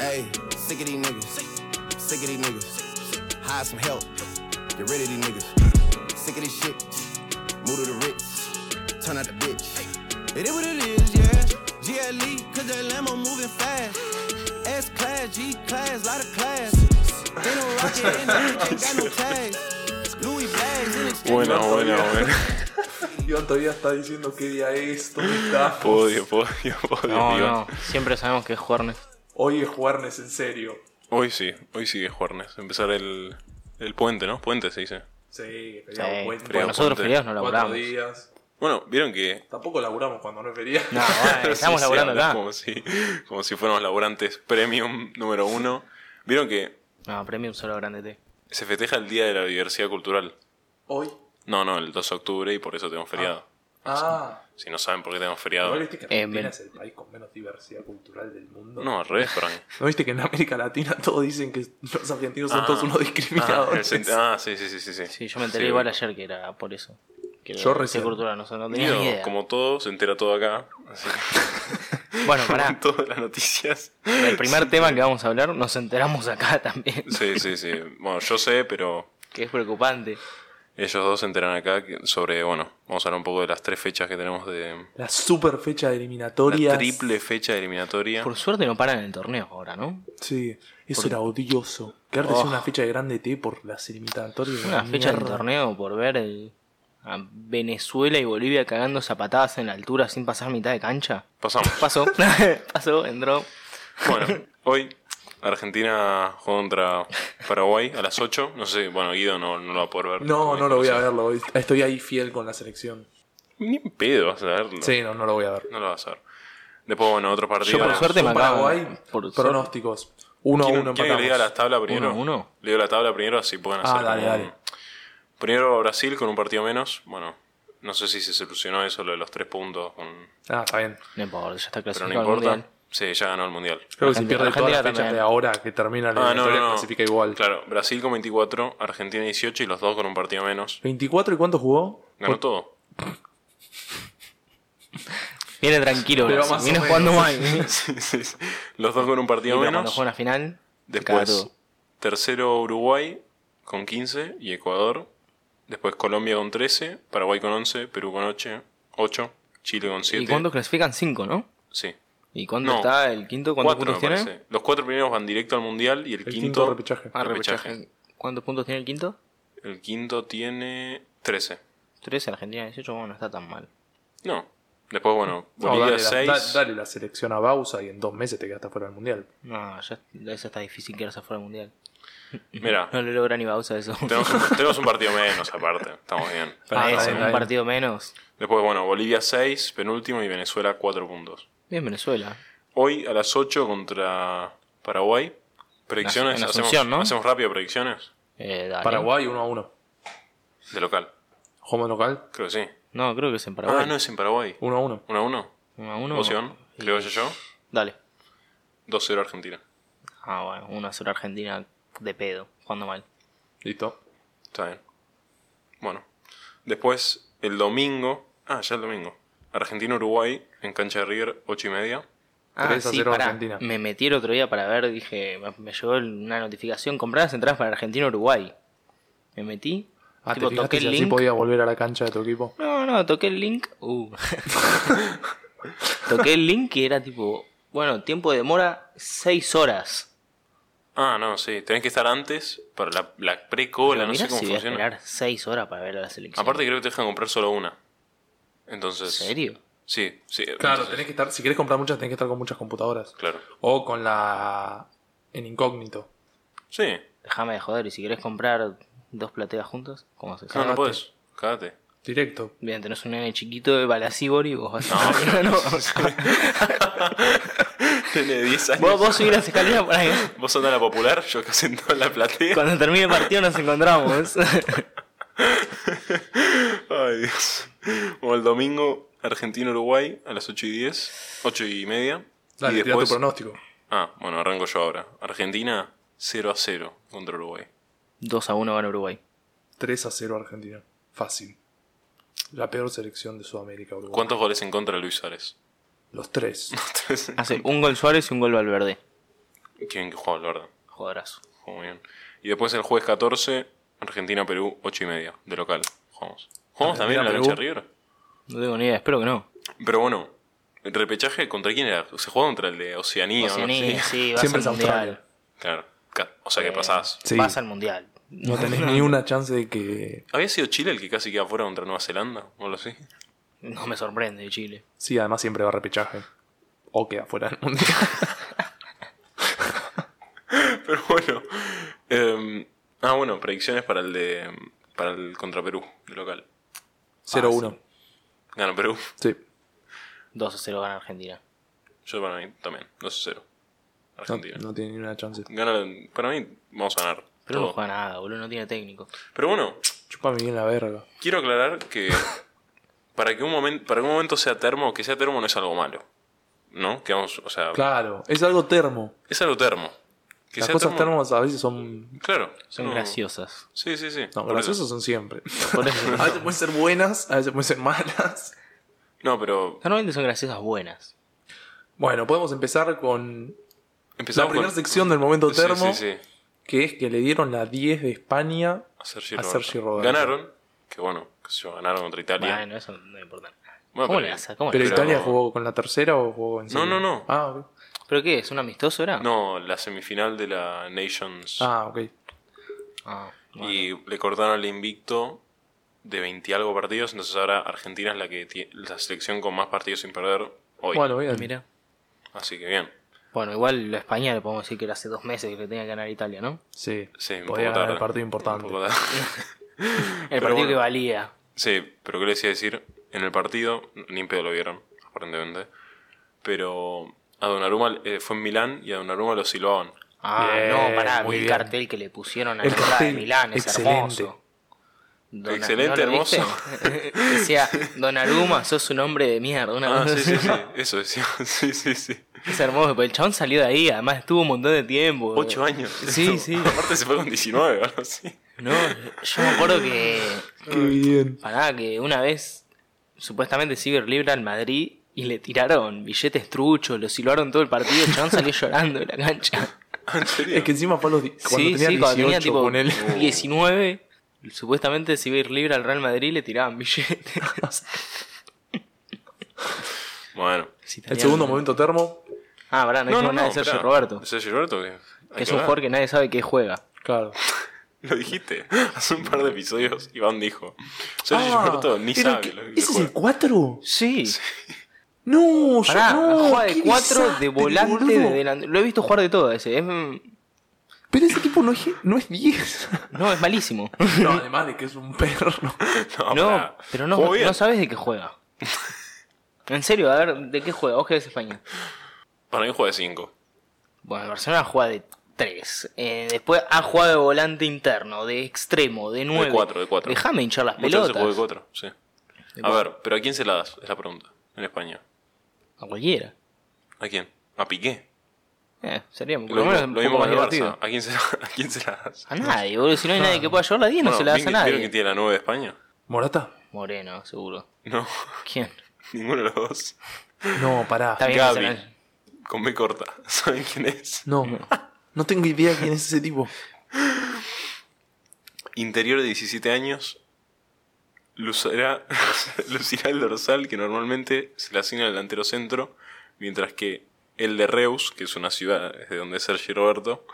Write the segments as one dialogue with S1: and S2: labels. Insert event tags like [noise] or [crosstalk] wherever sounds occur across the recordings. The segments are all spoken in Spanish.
S1: Hey, sick of these niggas. Sick of these niggas. Hide some help. Get rid of these niggas. Sick of this shit. Move to the Ritz. Turn out the bitch. It is what it is, yeah. GLE, cause that Lambo moving fast. S class, G class, lot of class. They don't rock it, and they ain't got no tags. Louis bags in the
S2: Buena, buena,
S3: [laughs]
S2: buena.
S3: Iván todavía está diciendo qué día
S2: [laughs]
S3: es, dónde está.
S2: Podio, podio, podio,
S4: No,
S2: Iván.
S4: no, siempre sabemos que es Juernes.
S3: Hoy es Juernes, en serio.
S2: Hoy sí, hoy sí que es Juernes. Empezar el, el puente, ¿no? Puente se dice.
S3: Sí,
S4: Sí.
S3: feriado puente,
S4: Porque Eh, nosotros
S2: Ponte.
S4: feriados no
S3: cuatro
S4: laburamos.
S3: días.
S2: Bueno, vieron que.
S3: Tampoco laburamos cuando no es feriado.
S4: No, bueno, Ah,
S2: [laughs]
S4: estamos
S2: Sí, sí,
S4: laburando
S2: hablas
S4: acá.
S2: Como si, como si fuéramos laburantes premium número uno. Vieron que
S4: No, premium solo grande T.
S2: se festeja el Día de la Diversidad Cultural.
S3: [laughs] Hoy.
S2: No, no, el 2 de octubre y por eso tenemos feriado.
S3: Ah,
S2: Si no saben por qué tenemos
S3: ¿no
S2: feriado.
S3: viste que Argentina
S4: ven.
S3: es el país con menos diversidad cultural del mundo?
S2: No, al revés, Frank.
S3: ¿No viste que en América Latina [laughs] todos dicen que los argentinos [laughs] son
S2: Ah.
S3: todos unos
S2: Ah, en el
S3: discriminadores? [laughs]
S2: sent- ah, sí, sí, sí, sí, sí.
S4: Sí, yo me enteré
S2: Sí,
S4: igual ayer que era por eso. Que
S3: Yo
S4: la
S3: recién.
S4: cultura no, sé, no tenía
S2: Guido,
S4: ni idea.
S2: como todo, se entera todo acá. Así
S4: Bueno,
S2: que
S3: [laughs]
S2: [laughs]
S4: pará.
S2: todas las noticias.
S4: El primer tema que vamos a hablar nos enteramos acá [laughs] también.
S2: Sí, sí, sí. Bueno, yo sé, pero
S4: Que es preocupante.
S2: ellos dos se enteran acá que- sobre, bueno, vamos a hablar un poco de las tres fechas que tenemos de
S3: La super fecha de eliminatoria.
S2: la triple fecha de eliminatoria.
S4: Por suerte no paran el torneo ahora, ¿no?
S3: Sí, eso era odioso. Quedarte sin
S2: Oh.
S3: una fecha de grande T por las eliminatorias.
S4: Una fecha del
S3: mierda.
S4: torneo por ver el- a Venezuela y Bolivia cagando zapatadas en la altura sin pasar mitad de cancha.
S3: [laughs]
S2: Pasamos.
S4: Pasó, [laughs] pasó, entró.
S2: Bueno, hoy Argentina juega contra Paraguay a las 8. No sé, bueno, Guido no, no lo va a poder ver.
S3: No, no lo voy a
S2: sé.
S3: verlo. hoy. Estoy ahí fiel con la selección.
S2: Ni en pedo vas a verlo.
S3: Sí, no, no lo voy a ver.
S2: No lo vas a ver. Después, bueno, otro partido.
S4: Yo por suerte me
S3: Con
S4: acabo.
S3: Paraguay,
S4: por suerte.
S3: pronósticos. 1 a 1
S2: ¿Quieren, ¿quieren que le diga
S3: empatamos.
S2: la tabla primero?
S4: Uno a uno.
S2: Le digo la tabla primero, así pueden hacer.
S3: Ah, dale,
S2: como-
S3: dale.
S2: Primero Brasil con un partido menos. Bueno, no sé si se solucionó eso, lo de los tres puntos. con-
S3: Ah, está bien.
S4: No importa, ya está
S2: Pero
S4: clasificado.
S2: no
S4: al
S2: importa.
S4: Mundial.
S2: Sí, ya ganó el mundial.
S3: Creo que si
S4: Argentina-
S3: pierde todas
S4: Argentina
S3: las fechas
S4: también.
S3: de ahora que termina la
S2: Ah, no,
S3: eliminatoria,
S2: no, no.
S3: clasifica igual.
S2: Claro, Brasil con 24, Argentina 18 y los dos con un partido menos.
S3: 24 y cuánto jugó?
S2: Ganó todo. [laughs]
S4: Viene tranquilo,
S3: Pero
S4: Brasil,
S3: más o
S4: viene
S3: menos.
S4: jugando
S2: [laughs]
S4: mal.
S2: Sí, sí, sí. Los dos con un partido
S4: Pero cuando
S2: menos.
S4: juega una final, se caga
S2: Después,
S4: todo.
S2: tercero Uruguay con 15 y Ecuador. Después Colombia con 13, Paraguay con 11, Perú con 8, 8 Chile con 7.
S4: ¿Y cuándo clasifican? Cinco, ¿no?
S2: Sí.
S4: ¿Y cuándo
S2: No.
S4: está el quinto? ¿Cuántos
S2: Cuatro,
S4: puntos
S2: me
S4: tiene?
S2: parece. Los cuatro primeros van directo al mundial y el,
S3: El
S2: quinto.
S3: quinto repechaje.
S4: Ah,
S2: repechaje.
S4: repechaje. ¿Cuántos puntos tiene el quinto?
S2: El quinto tiene 13.
S4: 13, Argentina 18, bueno, no está tan mal.
S2: No. Después, bueno,
S3: No,
S2: Bolivia
S3: dale, la-
S2: 6.
S3: da- dale la selección a Bausa y en dos meses te quedaste fuera del mundial.
S4: No, ya eso está difícil quedarse fuera del mundial.
S2: Mira,
S4: No le logra ni Bausa eso. [laughs]
S2: tenemos, tenemos un partido menos aparte. Estamos bien.
S4: Para
S3: Ah,
S4: eso,
S3: está bien,
S4: un
S3: está bien.
S4: partido menos.
S2: Después, bueno, Bolivia 6, penúltimo y Venezuela 4 puntos.
S4: Bien, Venezuela.
S2: Hoy a las 8 contra Paraguay. Predicciones,
S4: En As- en
S2: hacemos,
S4: Asunción, ¿no?
S2: hacemos rápido predicciones
S4: Eh, dale.
S3: Paraguay 1 a 1.
S2: de local.
S3: Home local
S2: Creo que sí.
S4: No, creo que es en Paraguay.
S2: Ah, no, es en Paraguay.
S3: 1 a 1.
S2: 1 a 1.
S4: Uno a uno.
S2: Moción, creo que yo.
S4: Dale.
S2: 2-0 Argentina.
S4: Ah, bueno, una sola Argentina de pedo, jugando mal.
S3: Listo.
S2: Está bien. Bueno. Después, el domingo. Ah, ya el domingo. Argentina-Uruguay en cancha de River, 8 y media.
S3: 3 a 0
S4: Ah, pará.
S3: Argentina.
S4: Me metí el otro día para ver, dije, me, me llegó el- una notificación, comprar las entradas para Argentina-Uruguay. Me metí,
S3: Ah,
S4: tipo,
S3: te fijaste
S4: toqué el
S3: si así
S4: link.
S3: podía volver a la cancha de tu equipo.
S4: No, no, toqué el link. Uh. [laughs] toqué el link y era tipo, bueno, tiempo de demora 6 horas.
S2: Ah, no, sí. Tenés que estar antes para la, la pre-cola.
S4: Pero
S2: No
S4: mirá
S2: sé cómo
S4: si voy a
S2: funciona.
S4: esperar 6 horas para ver a la selección.
S2: Aparte, creo que te dejan comprar solo una.
S4: ¿En
S2: Entonces.
S4: serio?
S2: Sí, sí.
S3: Claro,
S2: entonces-
S3: tenés que estar, si querés comprar muchas, tenés que estar con muchas computadoras.
S2: Claro.
S3: O con la. en incógnito.
S2: Sí.
S4: Déjame de joder, y si querés comprar dos plateas juntos, ¿cómo se
S2: No,
S4: sabe?
S2: no
S3: Cagate.
S2: puedes. Cágate.
S3: Directo.
S4: Bien, tenés un nene chiquito de Balacibor y vos vas a... [laughs] no,
S2: [laughs] [laughs] Tiene 10 años.
S4: vos, vos subís las escaleras para que
S2: Vos andás a la popular, yo casi ando a la platea.
S4: cuando termine el partido nos [laughs] encontramos.
S2: Ay, Dios. Bueno, el domingo, Argentina-Uruguay a las 8 y 10, 8 y media.
S3: Dale,
S2: y
S3: tirá tu
S2: después.
S3: pronóstico.
S2: Ah, bueno, arranco yo ahora. Argentina 0 a 0 contra Uruguay.
S4: 2 a 1 gana Uruguay.
S3: 3 a 0 Argentina. Fácil. La peor selección de Sudamérica, Uruguay.
S2: ¿Cuántos goles
S3: [laughs]
S2: en contra Luis Suárez? [laughs]
S3: Los tres.
S2: Tres.
S4: Hace un gol Suárez y un gol Valverde.
S2: Qué bien que jugó, la verdad.
S4: Jodorazo.
S2: Jugó muy bien. Y después el jueves 14, Argentina-Perú, 8 y media, de local. Jugamos. ¿Jugamos también en la
S3: Argentina,
S2: cancha de River?
S4: No tengo ni idea, espero que no.
S2: Pero bueno, ¿el repechaje contra quién era? Se jugó contra el de Oceanía, ¿no?
S3: [laughs]
S4: Oceanía,
S2: Sí.
S4: sí, vas
S3: Siempre es
S4: al mundial.
S3: Australia.
S2: Claro. Ca- O sea que
S4: Eh,
S2: pasás.
S3: Sí.
S4: Vas al mundial.
S2: [laughs]
S3: No tenés ni una chance de que.
S2: ¿Había sido Chile el que casi queda fuera contra Nueva Zelanda? ¿O algo así? [laughs]
S4: No me sorprende Chile.
S3: Sí, además siempre va a repechaje. O queda fuera del mundial.
S2: [laughs] Pero bueno. em, ah, bueno, predicciones para el de. Para el contra Perú, de local.
S3: 0-1.
S2: Gana Perú.
S3: Ah, Sí.
S4: 2 a 0 gana Argentina.
S2: Yo para mí también. 2-0.
S3: No,
S2: Argentina.
S3: no tiene ni una chance.
S2: Gana, para mí vamos a ganar.
S4: Pero no
S2: todo.
S4: juega nada, boludo, no tiene técnico.
S2: Pero bueno,
S3: Chupame bien la verga.
S2: quiero aclarar
S3: [laughs]
S2: que para que un momento para que un momento sea termo, que sea termo no es algo malo. ¿No? Que vamos, o sea,
S3: Claro, es algo termo.
S2: es algo termo. Que
S3: Las
S2: sea
S3: cosas
S2: termo-
S3: termos a veces son.
S2: Claro.
S4: Son
S2: no-
S4: graciosas.
S2: Sí, sí, sí.
S3: No,
S2: por eso.
S3: graciosas
S2: [laughs]
S3: son siempre.
S4: Por eso.
S3: A veces pueden ser buenas, a veces pueden ser malas.
S2: No, pero
S4: Normalmente son graciosas buenas.
S3: Bueno, podemos empezar con la
S2: empezamos
S3: primera
S2: con...
S3: sección del momento
S2: Sí,
S3: termo,
S2: Sí, sí,
S3: que es que le dieron la 10 de España.
S2: A Sergi
S3: A
S2: Roberto.
S3: Sergi Roberto.
S2: Ganaron, que bueno, qué sé yo, ganaron contra Italia.
S4: Bueno, eso no importa.
S2: Bueno,
S4: ¿Cómo
S2: pero-
S4: le vas a- cómo le
S3: Pero,
S4: vas a-
S2: Pero-
S3: Italia jugó con la tercera o jugó en
S2: No,
S3: serio?
S2: no, no.
S3: Ah, ok.
S4: ¿Pero qué? ¿Es un amistoso era?
S2: No, la semifinal de la Nations
S3: Ah, ok.
S4: Ah, bueno.
S2: y le cortaron el invicto de 20 y algo partidos, entonces ahora Argentina es la que tie- la selección con más partidos sin perder hoy.
S3: Bueno, bien.
S4: Mira.
S2: Así que bien.
S4: Bueno, igual la España le podemos decir que era hace dos meses que le tenía que ganar Italia, ¿no?
S3: Sí,
S2: Sí, un
S3: podía
S2: poco
S3: ganar
S2: tarde.
S3: el partido
S2: Un
S3: importante.
S2: poco tarde. Pero
S4: El partido
S2: bueno.
S4: que valía.
S2: Sí, pero qué les iba a decir, en el partido, ni en pedo lo vieron, aparentemente, pero a Donnarumma eh, fue en Milán y a Donnarumma lo silbaban.
S4: Ah,
S3: Bien,
S4: no, pará, vi
S3: muy
S4: el
S3: bien.
S4: cartel que le pusieron a
S3: El
S4: la entrada de
S3: cartel,
S4: Milán, es
S3: excelente.
S4: hermoso. Dona-
S2: Excelente,
S4: ¿no lo viste? [laughs] Decía, Donaruma, sos un hombre de mierda.
S2: Ah,
S4: una cosa
S2: sí, sí, [laughs]
S4: así.
S2: sí, eso decía, sí, sí, sí.
S4: [laughs] Es hermoso, porque el chabón salió de ahí, además estuvo un montón de tiempo.
S2: Ocho años.
S4: Sí, sí.
S2: Aparte se fue con 19 o algo así.
S4: No, yo me acuerdo que
S3: Qué bien.
S4: Pará, que una vez supuestamente se iba libre al Madrid y le tiraron billetes truchos, lo silbaron todo el partido, el chabón salió llorando de la cancha.
S2: Ah, ¿En serio?
S3: Es que encima fue a los di- cuando tenía 18 con él.
S4: 19, supuestamente se iba a ir libre al Real Madrid y le tiraban billetes. [laughs]
S2: Bueno.
S4: Si
S3: El
S4: tenían-
S3: segundo momento termo,
S4: Ah, pará, no, dijimos nada de
S2: espera.
S4: Sergio Roberto.
S2: Sergio Roberto, ¿qué? Hay
S4: que
S2: que
S4: es un
S2: hablar.
S4: jugador que nadie sabe que juega.
S3: claro.
S2: Lo dijiste hace un par de episodios. Iván dijo: Sergio
S3: Ah,
S2: Roberto ni
S3: era
S2: sabe
S3: que-
S2: lo que
S3: ¿Ese es
S2: juega.
S3: el 4?
S4: Sí,
S3: No, yo
S4: pará,
S3: no.
S4: juega de
S3: qué
S4: 4,
S3: desastre,
S4: de volante, de
S3: boludo.
S4: delantero. Lo he visto jugar de todo ese. es-
S3: Pero ese tipo no es, no
S2: [laughs]
S3: es 10.
S4: no, es malísimo.
S3: No, además de que es un perro.
S4: No,
S2: pará.
S4: pero no,
S2: Jugó bien.
S4: no sabes de qué juega. En serio, a ver, ¿de qué juega? Vos que ves España.
S2: Para mí juega de 5.
S4: Bueno, el Barcelona juega de 3. después ha jugado de volante interno, de extremo, de 9.
S2: De 4, de 4.
S4: Déjame hinchar las
S2: Muchas veces
S4: pelotas.
S2: juega de 4, sí. A ver, pero ¿a quién se la das? Es la pregunta. En España.
S4: A cualquiera.
S2: ¿A quién? ¿A Piqué?
S4: Eh, sería por
S2: Lo
S4: lo
S2: mismo,
S4: menos
S2: lo
S4: un
S2: mismo con
S4: poco más
S2: el
S4: divertido.
S2: Barça. ¿A quién se la, [laughs] a quién se la das?
S4: A nadie, boludo. Si no hay nadie que pueda llevar la 10, no
S2: Bueno,
S4: se la das a
S2: ¿vieron que- ¿Vieron que
S4: nadie.
S2: tiene la 9 de España?
S3: ¿Morata?
S4: Moreno, seguro. [laughs]
S2: No, [laughs]
S4: ¿Quién?
S2: ninguno de los dos.
S3: No, pará.
S4: Está bien,
S2: Gavi.
S4: que se la-
S2: Con B corta. [laughs] ¿Saben quién es?
S3: No,
S4: Mm.
S3: no tengo idea quién es ese
S4: [laughs]
S3: tipo.
S2: Interior de 17 años. Lucirá, [laughs] lucirá el dorsal que normalmente se le asigna al delantero centro, mientras que el de Reus, que es una ciudad desde donde es Sergi Roberto,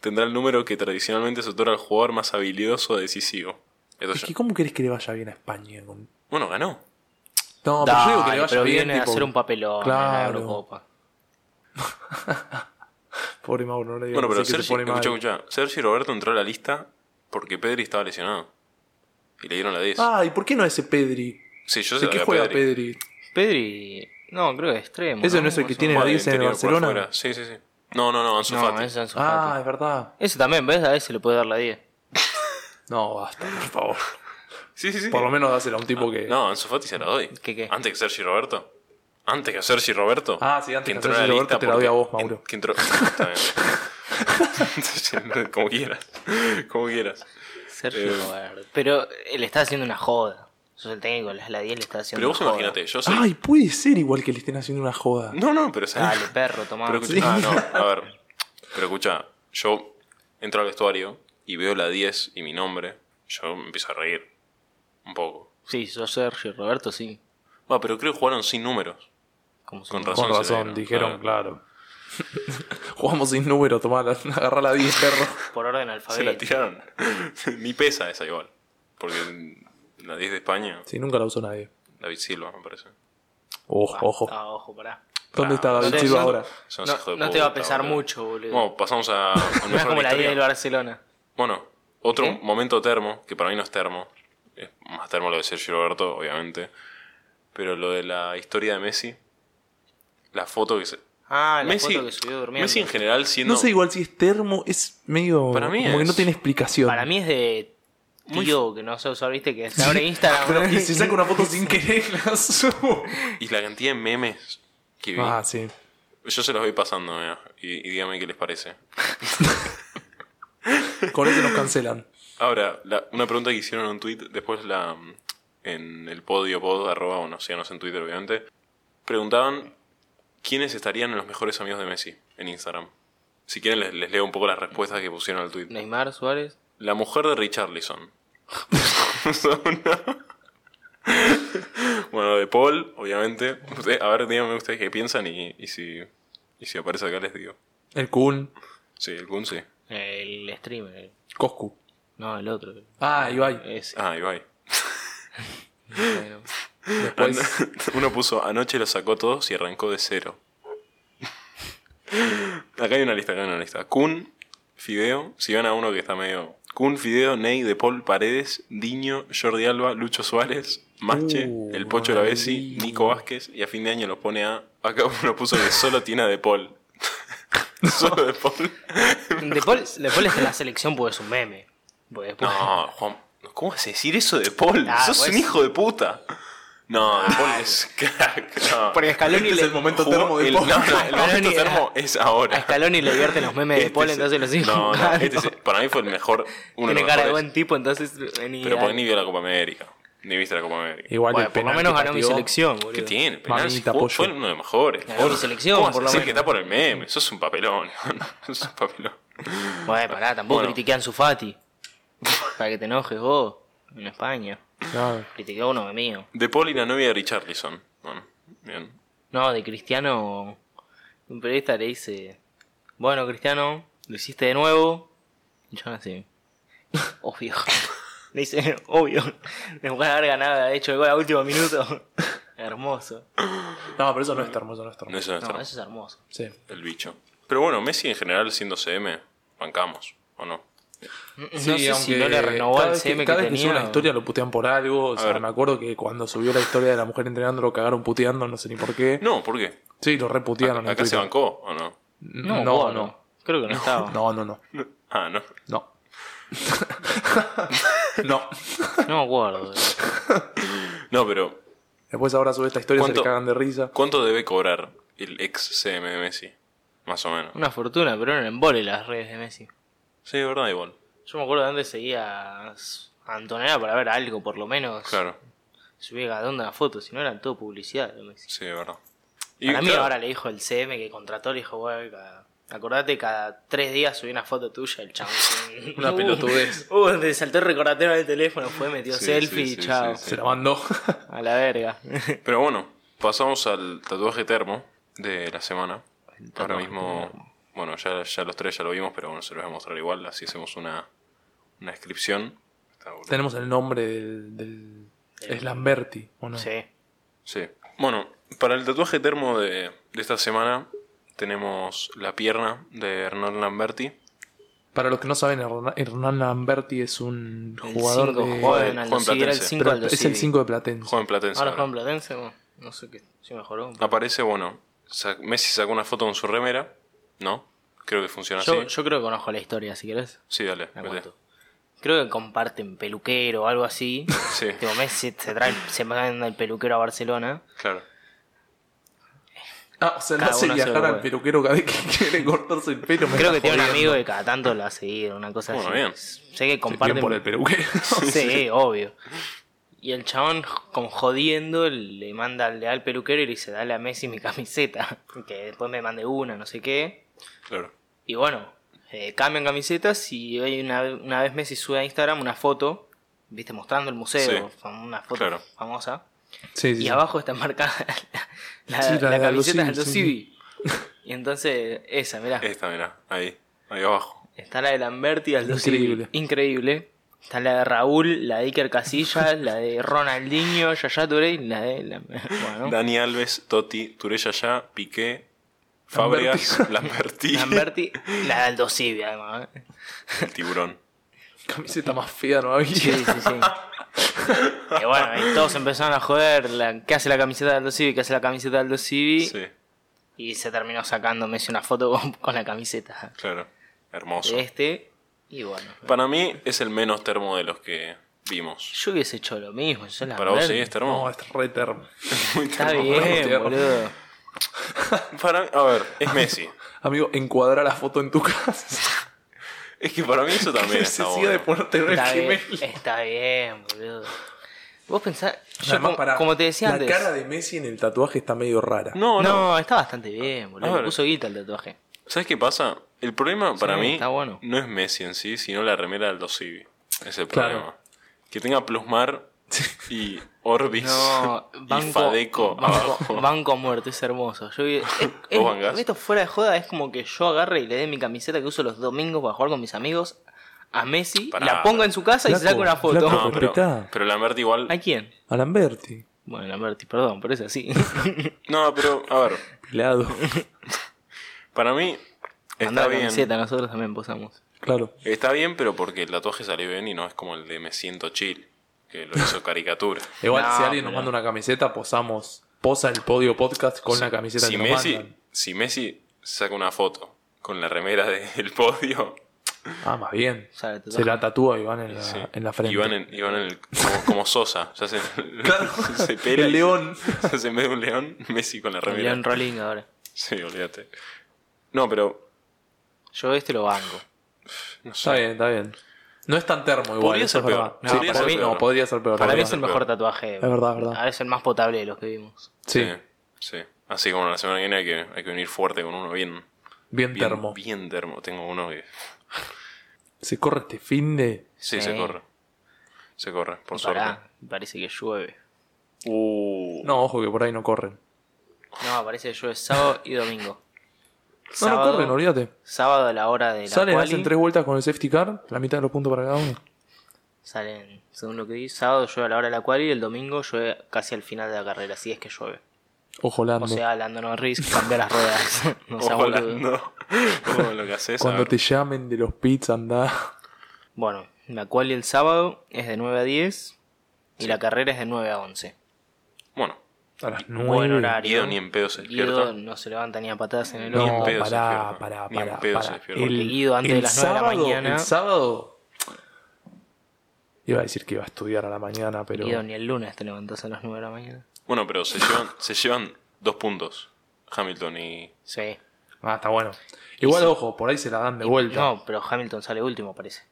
S2: tendrá el número que tradicionalmente se otorga al jugador más habilidoso o decisivo. Esto
S3: Es
S2: ya-
S3: que, ¿cómo querés que le vaya bien a España? Con...
S2: Bueno, ganó.
S3: No, pero yo digo que le
S4: Dale,
S3: vaya
S4: pero
S3: bien.
S4: viene a
S3: tipo,
S4: hacer un papelón en la
S3: Claro.
S4: Eurocopa.
S3: Pobre Mauro, no le digas
S2: Bueno, pero
S3: así que se
S2: Sergi,
S3: pone mal.
S2: escucha, escucha. Sergi Roberto entró a la lista porque Pedri estaba lesionado. Y le dieron la 10.
S3: Ah, ¿y por qué no ese Pedri?
S2: sí, yo
S3: ¿De
S2: sé
S3: qué juega Pedri?
S4: Pedri. No, creo que extremo.
S3: Ese no es el que
S4: Más o
S3: tiene
S4: menos.
S3: la 10 en el
S2: interior, por
S3: Barcelona.
S2: afuera. Sí, sí, sí. No, no, no, Ansu
S4: No,
S2: Fati.
S4: ese es Ansu
S3: Ah,
S4: Fati.
S3: es verdad.
S4: Ese también, ¿ves? A ese le puede dar la 10.
S3: No, basta,
S2: [laughs]
S3: por favor.
S2: Sí, sí, sí.
S3: Por lo menos dásela a un tipo que.
S2: Ah, No, Ansu Fati se la doy.
S4: ¿Qué, qué?
S2: Antes que Sergi Roberto. Antes que Sergi Roberto.
S3: Ah, sí, antes
S2: Que
S3: que
S2: entró a
S3: Sergi
S2: la
S3: Roberto
S2: lista
S3: te la doy a
S2: porque-
S3: vos, Mauro.
S2: en- Que entró... [laughs] Está bien. Como quieras. Como quieras.
S4: Sergio
S2: Eh.
S4: Roberto. Pero eh, le está haciendo una joda. Sos el técnico, la, la 10 le está haciendo
S2: Pero vos
S4: una joda.
S2: imagínate, yo soy...
S3: Ay, puede ser igual que le estén haciendo una joda.
S2: No, no, pero...
S4: Dale, perro, tomá.
S2: Pero escucha- Ah, no, a ver. Pero escucha, yo entro al vestuario y veo la 10 y mi nombre. Yo me empiezo a reír. Un poco.
S4: [laughs] Sí, yo Sergio Roberto, sí.
S2: Bueno, pero creo que jugaron sin números.
S4: Como
S2: Con
S4: si-
S2: razón.
S3: Con
S2: se Ah. dieron,
S3: razón, dijeron, claro. [laughs] Jugamos sin número, tomá, la- [laughs] agarrá la 10, perro.
S4: Por orden
S3: Ah,
S2: Se la
S4: alfabético.
S2: tiraron. [laughs] Ni pesa esa igual. Porque la 10 de España,
S3: Sí, nunca la usó nadie.
S2: David Silva, me parece.
S3: Ojo, ojo.
S4: Ah, ojo, pará.
S3: ¿Dónde está
S4: no
S3: David
S4: te-
S3: Silva
S4: no-
S3: ahora?
S2: Son
S4: no,
S2: hijos de
S4: no te va a
S2: puta,
S4: pesar
S2: boludo.
S4: mucho, boludo.
S2: Bueno, pasamos
S4: [laughs]
S2: a. a
S4: no es
S2: mejor
S4: como la
S2: victoria.
S4: 10 del Barcelona.
S2: Bueno, otro
S4: ¿Qué?
S2: momento termo, que para mí no es termo. Es más termo lo de Sergio Roberto, obviamente. Pero lo de la historia de Messi. La foto que se.
S4: Ah, la
S2: Messi,
S4: foto que subió durmiendo.
S2: Messi en general siendo
S3: No sé igual si es termo, es medio.
S2: Para mí
S3: como que
S2: es-
S3: no tiene explicación.
S4: Para mí es de
S2: Muy-
S4: tío que no sé usar, viste, que se abre Instagram.
S3: [laughs] Pero,
S2: [laughs]
S4: boludo.
S3: y si saco una foto [laughs] sin querer, la subo.
S2: Y la cantidad de memes que vi.
S3: [laughs] Ah, sí.
S2: Yo se los voy pasando, mirá, y, y dígame qué les parece.
S3: Con eso nos cancelan.
S2: Ahora, la- una pregunta que hicieron en un tweet, después la mm, en el podio pod, arroba, bueno, síganos en Twitter, obviamente. Preguntaban quiénes estarían los mejores amigos de Messi en Instagram. Si quieren, les, les leo un poco las respuestas que pusieron al tweet.
S4: Neymar Suárez.
S2: La mujer de Richarlison. [laughs] bueno, de Paul, obviamente. Usted- a ver, díganme ustedes qué piensan y, y si, y si aparece acá les digo.
S3: El Kun,
S2: Sí, el Kun sí.
S4: El streamer. el-
S3: Coscu.
S4: No, el otro.
S3: Ah, Ibai.
S4: Ese.
S2: Ah, Ibai.
S4: bueno.
S3: Después.
S4: Ah,
S2: Ano- [laughs] uno puso, anoche lo sacó todos y arrancó de cero. [laughs] acá hay una lista, acá hay una lista. Kun, Fideo, si ven a uno que está medio... Kun, Fideo, Ney, De Paul, Paredes, Diño, Jordi Alba, Lucho Suárez, Mache,
S3: Uh,
S2: El Pocho Lavesi,
S3: ahí.
S2: Nico Vázquez y a fin de año los pone a... Acá uno puso que solo tiene a De Paul. [laughs] solo De Paul.
S4: De Paul, De Paul es de la selección porque es un meme. Pues, Porque después-
S2: [laughs] No, Juan, ¿cómo vas a decir eso de Paul?
S4: Ah,
S2: Sos
S4: pues-
S2: un hijo de puta. No, De Paul
S4: [laughs]
S2: es crack. no.
S4: Porque a Scaloni,
S3: Este es
S4: le,
S3: el momento
S2: Jugó
S3: termo de
S2: el-
S3: Paul.
S2: No, no, el momento
S4: Scaloni era-
S2: termo es
S4: a
S2: ahora.
S4: Scaloni le divierten los memes de
S2: Este
S4: Paul,
S2: es-
S4: entonces los sigue
S2: No, no,
S4: jugando.
S2: este es- para mí fue el mejor. Uno de los
S4: Tiene cara de
S2: mejores,
S4: buen tipo, entonces vení
S2: Pero
S4: a-
S2: porque ni vio la Copa América. Ni viste la Copa América.
S3: Igual
S4: Bueno,
S3: el
S4: por lo
S3: penal
S4: menos
S3: que
S4: ganó mi
S3: pateó.
S4: selección, boludo.
S2: ¿Qué tiene? Penal,
S3: Mamita,
S2: jugó-
S3: apoyo.
S2: fue uno de los mejores.
S4: Ganó mi selección,
S2: ¿Cómo vas a
S4: por lo
S2: decir
S4: menos.
S2: que está por el meme. Sos un papelón. [laughs] Sos un papelón.
S4: Bueno, pará, tampoco
S2: Bueno.
S4: critiqué a Ansu Fati. [laughs] Para que te enojes vos, en España.
S3: No,
S4: Critiqué a uno mío.
S2: De Paul y la novia de Richarlison. Bueno, bien.
S4: No, de Cristiano, un periodista le dice, bueno, Cristiano, lo hiciste de nuevo. Y yo así, [laughs] obvio. [laughs] Le dice, obvio, [laughs] después de haber ganado, de hecho, el gol a último minuto. [laughs] hermoso.
S3: no, pero eso no es termo, eso no es termo.
S2: No es nuestro.
S4: No, eso es hermoso.
S3: Sí.
S2: El bicho. Pero bueno, Messi en general siendo CM, bancamos, ¿o no?
S4: no sé si no le renovó
S3: cada
S4: al
S3: vez que-
S4: CM que,
S3: cada vez que
S4: tenía.
S3: sube una historia lo putean por algo. O sea,
S2: ver.
S3: me acuerdo que cuando subió la historia de la mujer entrenando lo cagaron puteando, no sé ni por qué.
S2: No, ¿por qué?
S3: Sí, lo reputearon. en
S2: ¿Acá se
S3: Twitter.
S2: bancó o no?
S3: No,
S4: no, no,
S3: no, no. [laughs]
S4: Creo que no estaba. No,
S3: No, no, no.
S2: Ah, no.
S3: No. [laughs] no.
S4: me acuerdo. eh.
S2: No, pero
S3: Después ahora sube esta historia se
S2: ¿Cuánto?
S3: le cagan de risa.
S2: ¿Cuánto debe cobrar el ex CM de Messi? Más o menos.
S4: Una fortuna, pero eran en vole las redes de Messi.
S2: Sí, de verdad, igual.
S4: Yo me acuerdo de dónde seguía a Antonella para ver algo, por lo menos.
S2: Claro,
S4: Subía cada onda la foto, si no eran todo publicidad. de Messi.
S2: sí, de verdad. Y
S4: Para mí
S2: claro,
S4: ahora le dijo el CM que contrató, le dijo, "Bueno, cada- acordate, cada tres días subí una foto tuya, el chabón.
S3: [laughs] Una
S4: Uh,
S3: pelotudez.
S4: [laughs] Uh, te saltó el recordatorio del teléfono, fue, metió
S2: Sí,
S4: selfie
S2: sí,
S4: y
S2: sí,
S4: chao.
S2: sí, sí.
S3: Se la mandó.
S4: A la verga.
S2: Pero bueno, pasamos al tatuaje termo de la semana. Ahora mismo, bueno, ya, ya los tres ya lo vimos, pero bueno, se los voy a mostrar igual. Así hacemos una, una descripción. Está bueno.
S3: [laughs] Tenemos el nombre del. del... Es Lamberti, ¿o no?
S4: sí.
S2: Sí. Bueno, para el tatuaje termo de, de esta semana tenemos la pierna de Hernán Lamberti.
S3: Para los que no saben, Hernán- Hernán Lamberti es un
S4: El
S3: jugador
S4: 5
S3: de.
S4: jugaba
S2: Juega
S4: en
S2: en
S4: Aldosivi, era el
S2: Platense.
S4: 5
S3: Pero es el 5 de Platense.
S2: Joven Platense.
S4: Ahora
S2: ahora.
S4: juega en Platense, no, no sé qué, si mejoró. un poco.
S2: aparece, bueno, sa- Messi sacó una foto con su remera, ¿no? Creo que funciona
S4: Yo,
S2: así.
S4: yo creo que conozco la historia, si querés.
S2: Sí, dale,
S4: La
S2: vete.
S4: cuento. Creo que comparten peluquero o algo así.
S2: Sí,
S4: Tipo, Messi se trae, se manda el peluquero a Barcelona.
S2: claro.
S3: Ah, o sea, lo
S4: Cada
S3: hace
S4: uno hace
S3: viajar
S4: lo
S3: al
S4: que-
S3: peluquero cada vez que [laughs] quiere cortarse el pelo. me
S4: Creo
S3: está
S4: que tiene un
S3: jodiendo.
S4: amigo que cada tanto lo ha seguido, una cosa
S2: Bueno,
S4: así.
S2: bien.
S4: Sé que
S3: Sí,
S4: comparten.
S3: bien por el peluquero.
S4: Sí, [laughs] obvio. Y el chabón, como jodiendo, le manda le da al [laughs] peluquero y le dice, dale a Messi mi camiseta. Que después me mande una, no sé qué.
S2: Claro.
S4: Y bueno, eh, cambian camisetas y hay una, una vez Messi sube a Instagram una foto, viste, mostrando el museo,
S2: Sí,
S4: fam- una foto
S2: claro.
S4: famosa.
S3: Sí, sí.
S4: Y
S3: sí.
S4: abajo está marcada [laughs] la, la-
S3: Sí, la
S4: la
S3: de
S4: camiseta de
S3: Aldo
S4: Aldo
S3: Civi,
S4: Civi. Y entonces, esa, mirá.
S2: Esta, mirá, ahí, ahí abajo.
S4: Está la de Lamberti, Aldo
S3: Increíble.
S4: Civi. Increíble. Está la de Raúl, la de Iker Casillas, la de Ronaldinho, Yaya Touré y la de... la- [laughs] bueno,
S2: Dani Alves, Totti, Turella ya, Piqué, Fabrias, [laughs] Lamberti,
S4: Lamberti, la de Aldo Civi, además. ¿eh?
S2: el tiburón.
S3: Camiseta más fea no había.
S4: Sí, sí, sí. [laughs] y bueno, y todos empezaron a joder, la, ¿qué hace la camiseta de Aldo Civi? ¿Qué hace la camiseta de Aldo Civi?
S2: Sí,
S4: Y se terminó sacando Messi una foto con, con la camiseta
S2: claro. Hermoso.
S4: de este. Y bueno,
S2: Para mí es el menos termo de los que vimos.
S4: yo hubiese hecho lo mismo. Yo la
S2: Para vos
S4: verdad,
S2: sí es termo.
S3: No, es re termo.
S2: Muy
S4: Está
S2: termo. [laughs]
S4: bien,
S3: tierno.
S4: boludo.
S2: Para, a ver, es Messi.
S3: Amigo, encuadra la foto en tu
S2: [laughs]
S3: casa.
S2: Es que para mí eso [laughs]
S3: ¿Qué [laughs]
S2: también está
S3: necesidad de
S2: bueno.
S3: ponerte una
S4: Está bien,
S3: gemela?
S4: está bien, boludo. Vos pensás, yo
S3: Además,
S4: como,
S3: pará,
S4: como te decía
S3: la
S4: antes.
S3: cara de Messi en el tatuaje está medio rara.
S2: No,
S4: no,
S2: no.
S4: está bastante bien,
S2: A
S4: boludo.
S2: ver.
S4: Le puso guita el tatuaje.
S2: ¿Sabes qué pasa? El problema para mí
S4: está bueno.
S2: no es Messi en sí, sino la remera del Dosivi. Es el
S3: Claro.
S2: problema. Que tenga
S4: [laughs]
S2: Plusmar y Orbis [laughs]
S4: No,
S2: y
S4: banco,
S2: Fadeco
S4: banco,
S2: abajo.
S4: banco muerto, es hermoso. Yo,
S2: [laughs]
S4: es- es-
S2: ¿Vos bancás?
S4: esto fuera de joda es como que yo agarre y le dé mi camiseta que uso los domingos para jugar con mis amigos a Messi,
S2: Pará.
S4: la pongo en su casa y
S3: Flaco,
S4: saco una foto.
S3: flaco.
S2: No, pero,
S3: Respetá.
S2: pero Lamberti igual.
S4: ¿A quién?
S3: A Lamberti.
S4: Bueno, Lamberti, perdón, pero es así. [laughs]
S2: No, pero a ver,
S3: Pilado.
S2: para mí está
S4: Andaba con
S2: bien.
S4: camiseta, nosotros también posamos.
S3: claro.
S2: Está bien, pero porque el tatuaje salió bien y no es como el de Me siento chill, que lo
S4: [laughs]
S2: hizo caricatura.
S3: Igual,
S4: No,
S3: si alguien nos
S4: pero-
S3: manda una camiseta, posamos. Posa el podio podcast con la camiseta
S2: si
S3: que nos
S2: Messi,
S3: mandan.
S2: si Messi saca una foto con la remera del podio,
S3: Ah, más bien.
S4: O sea, el
S3: Se
S4: tatuaje.
S3: la tatúa Iván en la,
S2: sí,
S3: en la frente.
S2: Iván en, Iván en el- como, como Sosa, ya se,
S3: [laughs] Claro.
S2: [laughs] se pela
S3: El
S2: y se-
S3: león.
S2: se hace en vez de un león, Messi con la remera.
S4: León Rolling ahora.
S2: Sí, olvídate. No, pero
S4: Yo este lo banco.
S2: no
S3: Está
S2: sé.
S3: bien, está bien. No es tan termo igual.
S2: Podría
S3: eso
S2: ser
S3: es verdad.
S2: peor. No,
S3: Sí,
S4: para
S3: para
S4: mí-
S3: mí no, podría ser peor.
S4: Para mí
S3: la
S4: es el
S3: verdad.
S4: mejor tatuaje.
S3: Es verdad, es verdad.
S4: Ahora es el más potable de los que vimos.
S3: Sí,
S2: sí, sí. Así como la semana que viene hay que, hay que venir fuerte con uno bien,
S3: bien,
S2: bien
S3: termo.
S2: Bien termo. Tengo uno que.
S3: Se corre este fin de.
S2: Sí,
S4: Sí.
S2: se corre. Se corre, por suerte.
S4: Pará, parece que llueve.
S2: Uh,
S3: No, ojo que por ahí no corren.
S4: No, parece que llueve sábado y domingo.
S3: No, no corren, olvídate.
S4: sábado a la hora de la
S3: Salen,
S4: quali.
S3: hacen tres vueltas con el safety car, la mitad de los puntos para cada uno.
S4: Salen, según lo que dice, sábado llueve a la hora de la quali y el domingo llueve casi al final de la carrera, si es que llueve.
S3: Ojo, Lando.
S4: O sea, Lando Norris cambia las ruedas.
S3: [laughs]
S4: No sea
S2: ojo, [laughs]
S4: boludo.
S2: Lando. Ojo con lo que haces. a
S3: Cuando
S2: ver.
S3: te llamen de los pits, anda.
S4: Bueno, la quali el sábado es de 9 a 10 y la carrera es de 9 a 11.
S2: Bueno,
S3: A las
S4: Buen
S3: nueve.
S4: horario.
S2: Guido ni en pedo se
S4: Guido
S2: despierta.
S4: no se levanta ni a patadas en el
S2: Ni en
S3: No,
S4: hombro.
S2: pedo se
S3: pará,
S2: despierta.
S3: pará,
S2: Ni en
S3: pará.
S2: pedo se
S3: pará.
S2: despierta.
S4: Porque Guido antes
S3: el
S4: de las nueve de la
S3: sábado-
S4: mañana-
S3: El sábado. Iba a decir que iba a estudiar a la mañana, pero.
S4: Guido ni el lunes te levantás a las 9 de la mañana.
S2: Bueno, pero se llevan, se llevan dos puntos. Hamilton y.
S4: Sí.
S3: Ah, está bueno. Igual, ojo, por ahí se la dan de vuelta.
S4: No, pero Hamilton sale último, parece.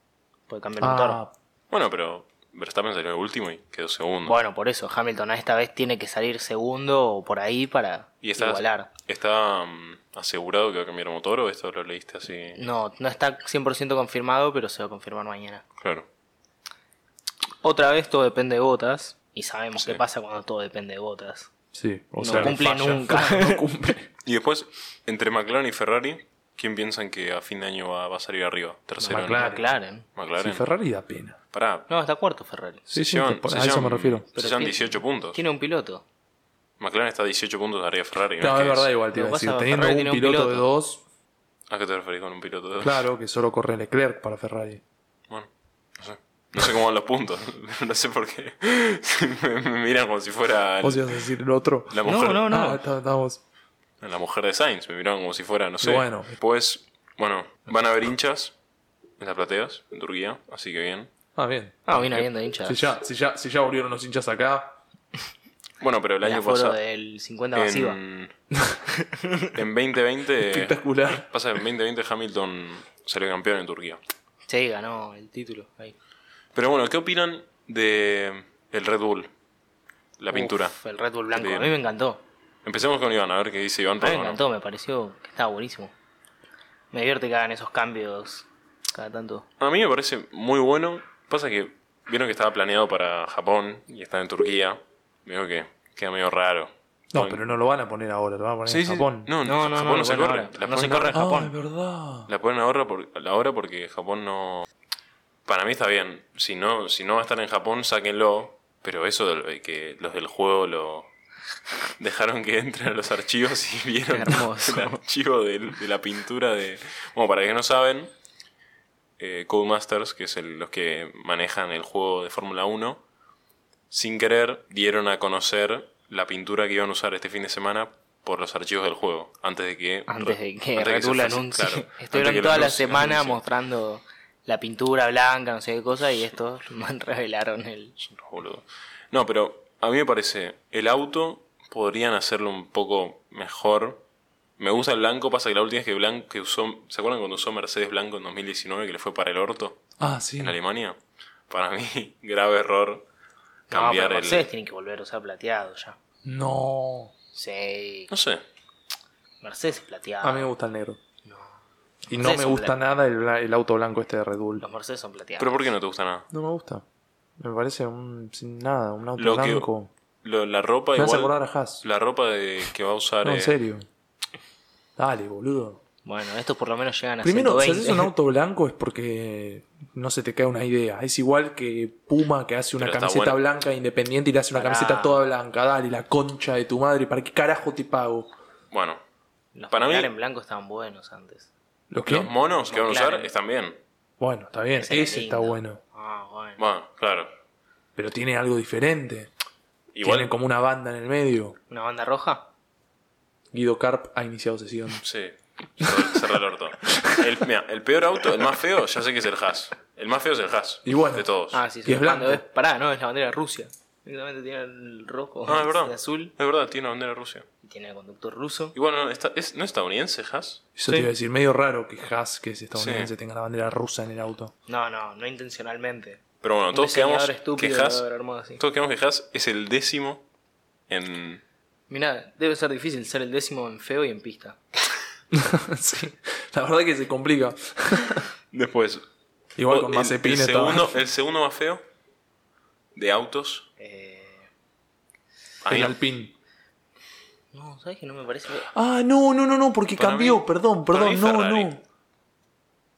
S4: Porque cambió el motor.
S3: ah,
S2: Bueno, pero Verstappen salió el último y quedó segundo.
S4: Bueno, por eso, Hamilton a esta vez tiene que salir segundo o por ahí para
S2: ¿Y está,
S4: igualar.
S2: está mm, asegurado que va a cambiar motor o esto lo leíste así?
S4: No, no está 100% confirmado, pero se va a confirmar mañana.
S2: Claro.
S4: Otra vez todo depende de botas. Y sabemos
S2: Sí.
S4: qué pasa cuando todo depende de botas.
S3: sí. O
S4: no
S3: sea,
S4: cumple
S3: falla.
S4: [laughs] nunca.
S3: [laughs] No cumple.
S2: Y después, entre McLaren y Ferrari, ¿quién piensan que a fin de año va, va a salir arriba? Tercero. ¿no?
S3: McLaren.
S4: McLaren.
S2: McLaren.
S3: Sí, Ferrari da pena.
S2: Pará.
S4: No, está cuarto Ferrari.
S3: Sí,
S2: se
S3: sí,
S2: llevan-
S3: por-
S2: se
S3: a eso
S2: llevan-
S3: me refiero.
S2: Se
S4: Pero
S2: llevan
S4: tiene-
S2: 18 puntos.
S4: Tiene un piloto.
S2: McLaren está 18 puntos arriba de Ferrari.
S3: No,
S2: que
S3: es verdad, igual, te
S4: Lo
S3: iba a
S4: que
S3: decir.
S4: pasa es que
S3: Teniendo
S4: Ferrari
S3: un
S4: tiene
S3: piloto,
S4: un
S3: de
S4: piloto.
S3: dos,
S2: ¿A qué te referís con un piloto de dos?
S3: claro que solo corre Leclerc para Ferrari.
S2: Bueno, no sé. No sé cómo van los puntos. [laughs] no sé por qué. [laughs] me, me miran como si fuera
S3: ¿Vos ibas a decir el otro?
S2: la mujer.
S4: No, no, no.
S3: Ah, está- estamos.
S2: La mujer de Sainz, me miraban como si fuera, no sé.
S3: Bueno.
S2: Pues, bueno, van a haber hinchas en las plateas, en Turquía, así que bien.
S3: Ah, bien.
S4: Ah, viene habiendo hinchas.
S3: Si ya, si ya, si ya volvieron los hinchas acá.
S2: Bueno, pero el
S4: El
S2: año
S4: aforo
S2: pasado.
S4: del 50 masiva.
S2: En, en 2020.
S3: [laughs] Espectacular.
S2: Pasa que en 2020 Hamilton salió campeón en Turquía.
S4: Sí, ganó el título. Ahí.
S2: Pero bueno, ¿qué opinan de el Red Bull? La pintura.
S4: Uf, el Red Bull blanco.
S2: Bien.
S4: A mí me encantó.
S2: Empecemos con Iván, a ver qué dice Iván.
S4: A mí me
S2: pero bueno.
S4: encantó, me pareció que estaba buenísimo. Me divierte que hagan esos cambios cada tanto.
S2: A mí me parece muy bueno. Pasa que vieron que estaba planeado para Japón y está en Turquía. Veo que queda medio raro.
S3: No,
S2: Bueno,
S3: pero no lo van a poner ahora, lo van a poner
S2: sí,
S3: en
S2: sí.
S3: Japón. Ah,
S2: No,
S4: No, no,
S2: Japón
S4: no,
S2: no, se
S4: bueno,
S2: corre.
S4: ahora. Ah,
S2: La
S4: No se
S2: ponen
S4: corre
S2: ahora-
S4: en Japón.
S3: verdad.
S2: La ponen ahora, por, ahora porque Japón no. Para mí está bien. Si no, si no va a estar en Japón, sáquenlo. Pero eso de que los del juego lo. [laughs] Dejaron que entren a los archivos y [laughs] vieron
S4: Qué hermoso.
S2: el archivo del- de, la pintura de. Bueno, para que no saben, eh, Codemasters, que es el- los que manejan el juego de Fórmula 1, sin querer dieron a conocer la pintura que iban a usar este fin de semana por los archivos del juego, antes de que
S4: Antes de que
S2: antes de
S4: Red Bull
S2: se-
S4: anuncie. [laughs]
S2: claro, antes de que
S4: Estuvieron
S2: lo
S4: toda la
S2: anuncie-
S4: semana
S2: anuncie.
S4: mostrando la pintura blanca, no sé qué cosa, y [laughs] estos revelaron el.
S2: Son unos boludos. No, pero a mí me parece, el auto podrían hacerlo un poco mejor. Me gusta el blanco, pasa que la última vez que blanco que usó, ¿se acuerdan cuando usó Mercedes blanco en 2019 que le fue para el orto
S3: Ah, sí.
S2: en Alemania? Para mí, [laughs] grave error
S4: no,
S2: cambiar
S4: pero
S2: el
S4: Mercedes tienen que volver a usar plateado ya.
S3: No.
S4: Sí.
S2: No sé.
S4: Mercedes es plateado.
S3: A mí me gusta el negro.
S4: No.
S3: Y no
S4: Los Mercedes
S3: me
S4: son
S3: gusta
S4: blancos.
S3: nada el, bla- el auto blanco este de Red Bull.
S4: Los Mercedes son plateados.
S2: Pero ¿por qué no te gusta nada?
S3: No me gusta. Me parece un, sin nada, un auto
S2: Lo que-
S3: blanco.
S2: Lo- la ropa
S3: Me vas a
S2: igual.
S3: acordar a Haas.
S2: La ropa de, que va a usar
S3: No,
S2: eh,
S3: en serio. Dale, boludo.
S4: Bueno, estos por lo menos llegan a
S3: Primero, si
S4: 120.
S3: haces un auto blanco es porque no se te cae una idea. Es igual que Puma que hace una
S2: Pero está
S3: camiseta
S2: bueno.
S3: blanca independiente y le hace una
S4: Pará.
S3: camiseta toda blanca. Dale, la concha de tu madre. ¿Para qué carajo te pago?
S2: Bueno,
S4: [laughs] Los
S2: Para mí-
S4: McLaren en blanco estaban buenos antes.
S3: ¿Los qué?
S2: los monos que van a
S4: Claro.
S2: usar están bien.
S3: Bueno, está bien.
S4: era
S3: Ese está
S4: lindo.
S3: bueno.
S4: Ah, bueno.
S2: Bueno, claro.
S3: Pero tiene algo diferente.
S2: Igual.
S3: Tiene como una banda en el medio.
S4: ¿Una banda roja?
S3: Guido Carp ha iniciado sesión.
S2: Sí. Cerrar el orto. El, mira, el peor auto, el más feo, ya sé que es el Haas. El más feo es el Haas.
S3: Y bueno.
S2: De todos.
S4: Ah, sí,
S3: Y
S4: sí.
S3: es
S4: cuando
S3: blanco.
S4: ves- Pará, no, es la bandera de Rusia. Directamente tiene el rojo,
S2: Ah, es verdad.
S4: el azul.
S2: Es verdad, tiene una bandera rusa.
S4: Y tiene el conductor ruso.
S2: Igual no, está- es, ¿no es estadounidense Haas?
S3: Eso te iba a decir, medio raro que Haas, que es estadounidense,
S2: Sí.
S3: tenga la bandera rusa en el auto. [laughs]
S4: No, no, no intencionalmente.
S2: Pero bueno,
S4: Un
S2: todos quedamos
S4: diseñador
S2: que
S4: estúpido lo
S2: Haas.
S4: debe haber armado así.
S2: Todos quedamos que Haas es el décimo en.
S4: Mirá, debe ser difícil ser el décimo en feo y en pista.
S3: sí, la verdad que se complica.
S2: Después.
S3: Igual
S2: o-
S3: con
S2: Oh, el-
S3: Mazepin
S2: el,
S3: estaba- [laughs]
S2: segundo, el segundo más feo de autos.
S4: Eh,
S2: A mí
S3: El
S2: no-
S3: Alpine.
S4: no, ¿sabes que no me parece?
S3: Ah, no, no, no, no, porque
S2: Para
S3: cambió,
S2: mí-
S3: perdón,
S2: para
S3: perdón,
S2: mí
S3: no,
S2: Ferrari.
S3: no.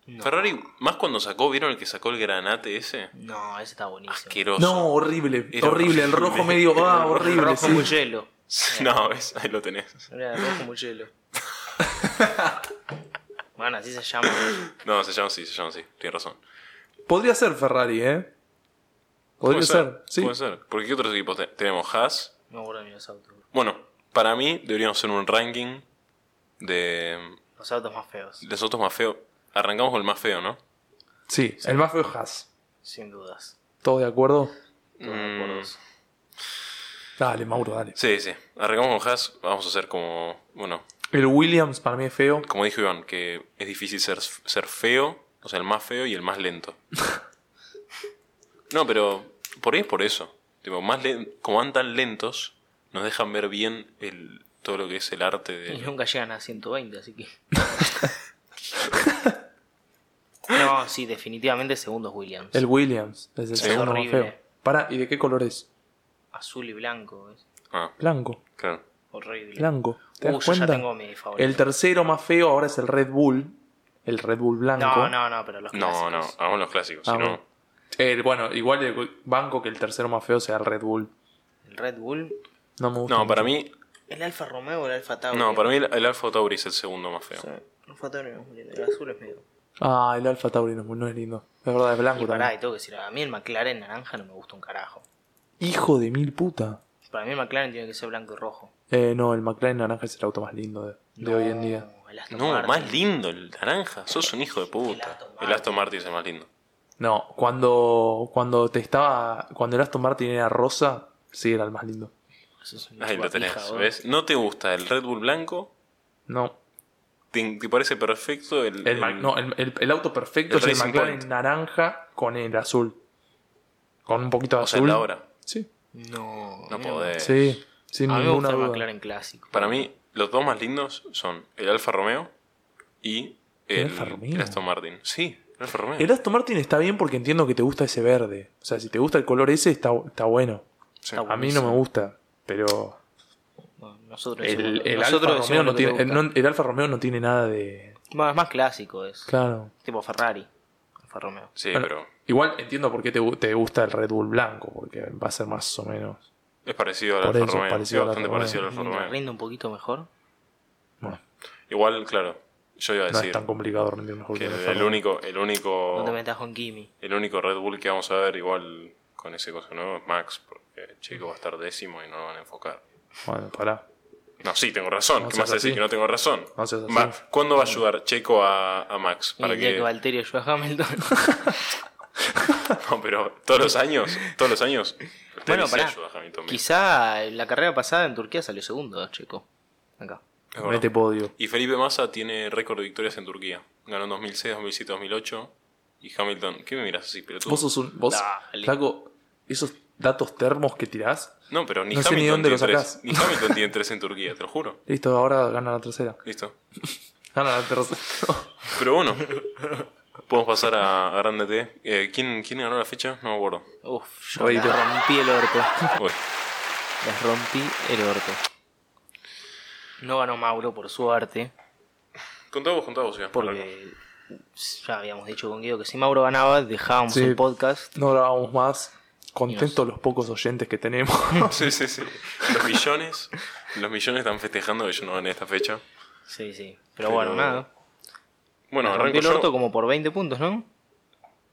S4: No,
S2: Ferrari, más cuando sacó, ¿vieron el que sacó el granate ese?
S4: No, ese está buenísimo.
S2: Asqueroso.
S3: No, horrible,
S2: Era
S3: horrible, el
S2: [laughs]
S3: rojo
S2: horrible.
S3: medio, ah,
S2: El
S3: horrible,
S4: rojo
S3: sí.
S4: muy hielo.
S2: [laughs] No, ves, ahí lo tenés.
S4: Era rojo
S2: [laughs]
S4: muy hielo. bueno, así se llama.
S2: No, se llama así, se llama así. Tienes razón.
S3: Podría ser Ferrari, ¿eh? Podría
S2: Puede
S3: ser, sí.
S2: Puede ser. Porque ¿qué otros equipos te- tenemos? Haas.
S4: No me acuerdo ni los autos.
S2: Bueno, para mí deberíamos hacer un ranking de
S4: Los autos más feos,
S2: de los autos más feos. Arrancamos con el más feo, ¿no?
S3: Sí, el más feo es Haas.
S4: sin dudas.
S3: ¿Todos de acuerdo?
S4: Todos de
S2: Mm.
S4: acuerdo.
S3: Dale, Mauro, dale.
S2: Sí, sí. Arrancamos con Haas. Vamos a hacer como. Bueno,
S3: El Williams para mí es feo.
S2: como dijo Iván, que es difícil ser, ser feo. O sea, el más feo y el más
S4: [laughs]
S2: lento. No, pero por ahí es por eso. Tipo, más len- como van tan lentos, nos dejan ver bien el, todo lo que es el arte
S4: Y
S2: de.
S4: nunca llegan a 120, así
S2: [laughs]
S4: que. no, sí, definitivamente segundos Williams.
S3: El Williams, es el
S2: Sí.
S3: segundo más
S4: Horrible.
S3: feo. Para, ¿y de qué color es?
S4: Azul y blanco, es
S2: Ah,
S3: Blanco,
S2: claro.
S4: horrible.
S3: blanco. ¿Te
S4: Uh,
S3: das
S4: yo ya
S3: cuenta?
S4: tengo mi favorito.
S3: El tercero más feo ahora es el Red Bull. El Red Bull blanco.
S4: No, no, no, pero los
S2: No, no,
S4: clásicos.
S2: hagamos los clásicos.
S3: Ah,
S2: si no,
S3: bueno. El- bueno, igual el banco que el tercero más feo sea el Red Bull.
S4: El Red Bull.
S3: No me gusta.
S2: No, para
S3: mucho.
S2: mí.
S4: El Alfa Romeo o el Alfa Tauri.
S2: No, para mí el, el Alfa Tauri es el segundo más feo.
S4: Sí, el Alfa Tauri no es muy lindo, el azul es medio.
S3: Ah, el Alfa Tauri no, es- no es lindo. Es verdad, es blanco
S4: Y pará, y
S3: también.
S4: tengo que decir, a mí el McLaren naranja no me gusta un carajo.
S3: Hijo de mil puta.
S4: Para mí el McLaren tiene que ser blanco y rojo.
S3: Eh, no, el McLaren naranja es el auto más lindo de, de
S4: No,
S3: hoy en día.
S4: el Aston
S2: No,
S4: Martin.
S2: más lindo el naranja. Sos un hijo de
S4: El
S2: puta.
S4: Aston Martin.
S2: El Aston Martin es el más lindo.
S3: No, cuando, cuando te estaba. Cuando el Aston Martin era rosa, sí era el más lindo.
S4: Eso es un
S2: Ahí lo tenés.
S4: chupapija, boludo.
S2: ¿Ves? No te gusta el Red Bull blanco.
S3: No.
S2: Te, te parece perfecto el.
S3: El, Mac- no, el, el- el auto perfecto
S2: el
S3: es el
S2: Racing
S3: McLaren
S2: Point.
S3: naranja con el azul. Con un poquito de
S2: o sea,
S3: azul.
S2: el de ahora. Eh,
S3: Sí.
S4: No,
S2: No
S4: a mí me
S2: podés.
S3: Sí, sin
S4: A mí me
S3: ninguna
S4: gusta el
S3: duda.
S4: McLaren clásico.
S2: Para mí, los dos más lindos son el Alfa Romeo y El,
S3: Alfa Romeo?
S2: el Aston Martin. Sí, el Alfa Romeo.
S3: El Aston Martin está bien porque entiendo que te gusta ese verde. O sea, si te gusta el color ese, está, está bueno.
S2: Sí.
S3: A mí no me gusta, pero.
S4: Bueno, nosotros decimos
S3: El,
S4: lo-
S3: el
S4: nosotros
S3: Alfa
S4: decimos
S3: Romeo
S4: lo
S3: no
S4: que
S3: tiene, el,
S4: te
S3: no- el Alfa Romeo no tiene nada de.
S4: gusta. Bueno, es más clásico, es
S3: Claro.
S4: tipo Ferrari, Alfa Romeo.
S2: Sí,
S3: Bueno,
S2: pero
S3: Igual entiendo por qué te, gu- te gusta el Red Bull blanco, porque va a ser más o menos.
S2: es parecido al
S3: Por
S2: Alfa
S3: eso,
S2: Romeo.
S3: parecido
S2: es
S3: al
S2: bastante
S3: Alfa
S2: parecido al Alfa
S4: ¿Me
S2: Romeo.
S4: Mm, rinde un poquito mejor?
S3: Bueno,
S2: Igual, claro, yo iba a
S3: no
S2: decir
S3: es tan complicado rendir mejor
S2: que
S3: que
S2: el,
S3: el
S2: el
S3: Alfa Romeo.
S2: único, el
S4: No
S2: único,
S3: Oh.
S4: te metas con Kimi.
S2: el único Red Bull que vamos a ver igual con ese coso nuevo es Max, porque Chico va a estar décimo y no lo van a enfocar.
S3: Bueno, pará.
S2: No, sí, tengo razón.
S3: No
S2: ¿Qué
S3: seas
S2: más decir
S3: así.
S2: que no tengo razón?
S3: No seas así.
S2: Va, ¿Cuándo va a ayudar Checo a, a Max?
S4: Y
S2: Para
S4: el día que
S2: que...
S4: Valtteri ayuda
S3: [laughs]
S4: a Hamilton.
S2: [laughs] No, pero todos los años, todos los años.
S4: bueno,
S2: Valtteri sí
S4: pará.
S2: ayuda a Hamilton.
S4: Quizá en la carrera pasada en Turquía salió segundo, Checo. Acá.
S2: Es verdad.
S3: Mete este podio.
S2: Y Felipe Massa tiene récord de victorias en Turquía. Ganó en 2006, 2007, 2008. Y Hamilton, ¿qué me miras así, pelotudo?
S3: Vos sos un. Vos,
S4: Dale.
S3: flaco, esos datos termos que tirás.
S2: No, pero ni
S3: no sé
S2: Hamilton
S3: ni dónde
S2: tiene
S3: lo
S2: tres.
S3: sacás.
S2: Ni Hamilton tiene tres en Turquía, te lo juro.
S3: Listo, ahora gana la tercera.
S2: Listo.
S3: Gana la tercera. [laughs]
S2: Pero bueno, podemos pasar a, a Grande T. Eh, ¿quién, ¿Quién ganó la fecha? No me acuerdo.
S4: Uf, yo
S3: Rey
S4: les
S3: de-
S4: rompí el orto.
S2: Uy,
S4: Les rompí el orto. No ganó Mauro, por suerte.
S2: contá vos, contá vos, ya.
S4: Porque ya habíamos dicho con Guido que si Mauro ganaba, dejábamos
S3: Sí.
S4: el podcast.
S3: No grabamos más. Contentos los pocos oyentes que tenemos. [laughs]
S2: Sí, sí, sí. Los millones, los millones están festejando que yo no gané esta fecha.
S4: Sí, sí. Pero,
S2: Pero-
S4: bueno, nada.
S2: Bueno,
S4: Les
S2: arranco
S4: rompí el
S2: yo.
S4: orto como por 20 puntos, ¿no?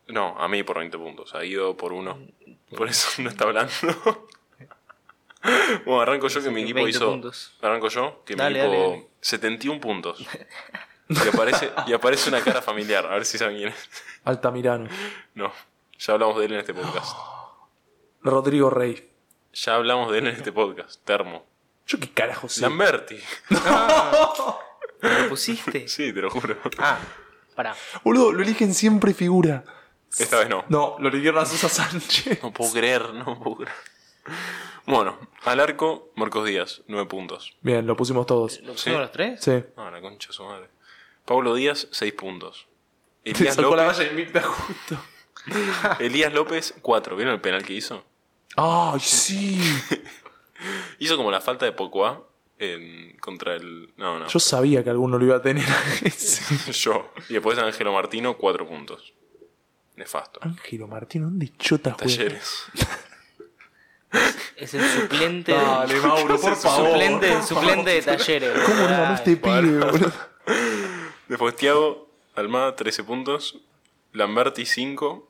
S2: No, a mí por 20 puntos, a Guido por uno. [laughs] Por eso no está [laughs] hablando. bueno, arranco yo que mi equipo
S4: 20
S2: hizo.
S4: puntos.
S2: Arranco yo que
S4: Dale,
S2: mi equipo.
S4: dale, dale.
S2: 71 [laughs] puntos. Y aparece, y aparece una cara familiar, a ver si saben quién es.
S3: Altamirano.
S2: No, ya hablamos de él en este podcast.
S3: Rodrigo Rey.
S2: Ya hablamos de él en este podcast, Termo.
S3: Yo qué carajo sé.
S2: Lamberti.
S4: ¿Lo
S2: [laughs]
S4: pusiste?
S2: Sí, te lo juro.
S4: Ah, pará.
S3: Boludo, lo eligen siempre figura.
S2: Esta vez no.
S3: No, lo eligieron a
S2: [laughs]
S3: Sosa Sánchez.
S2: No puedo creer, no puedo creer. Bueno, al arco, Marcos Díaz, 9 puntos.
S3: Bien, lo pusimos todos.
S4: ¿Lo pusimos
S2: Sí.
S4: los tres?
S3: Sí.
S2: Ah, la concha de su madre. Pablo Díaz, 6 puntos.
S3: [laughs] Te
S2: Elías
S3: sacó la
S2: López,
S3: valla invicta justo.
S2: Elías López, 4. ¿Vieron el penal que hizo? [laughs]
S3: ¡Ay, sí!
S2: Hizo como la falta de Pocoa en- contra el. No, no.
S3: Yo sabía que alguno lo iba a tener. [laughs]
S2: [laughs]
S3: ese.
S2: Yo. Y después Ángelo Martino, 4 puntos. Nefasto.
S3: Ángelo Martín, ¿dónde chota juega? [laughs]
S2: Talleres.
S4: Es el suplente. de-
S3: Dale, Mauro,
S4: [laughs]
S3: por favor.
S4: suplente,
S3: por
S4: suplente de talleres.
S3: favor. [laughs] ¿Cómo no
S2: [laughs]
S3: ganó este pibe, boludo?
S2: Después Tiago, Almada, 13 puntos. Lamberti, 5.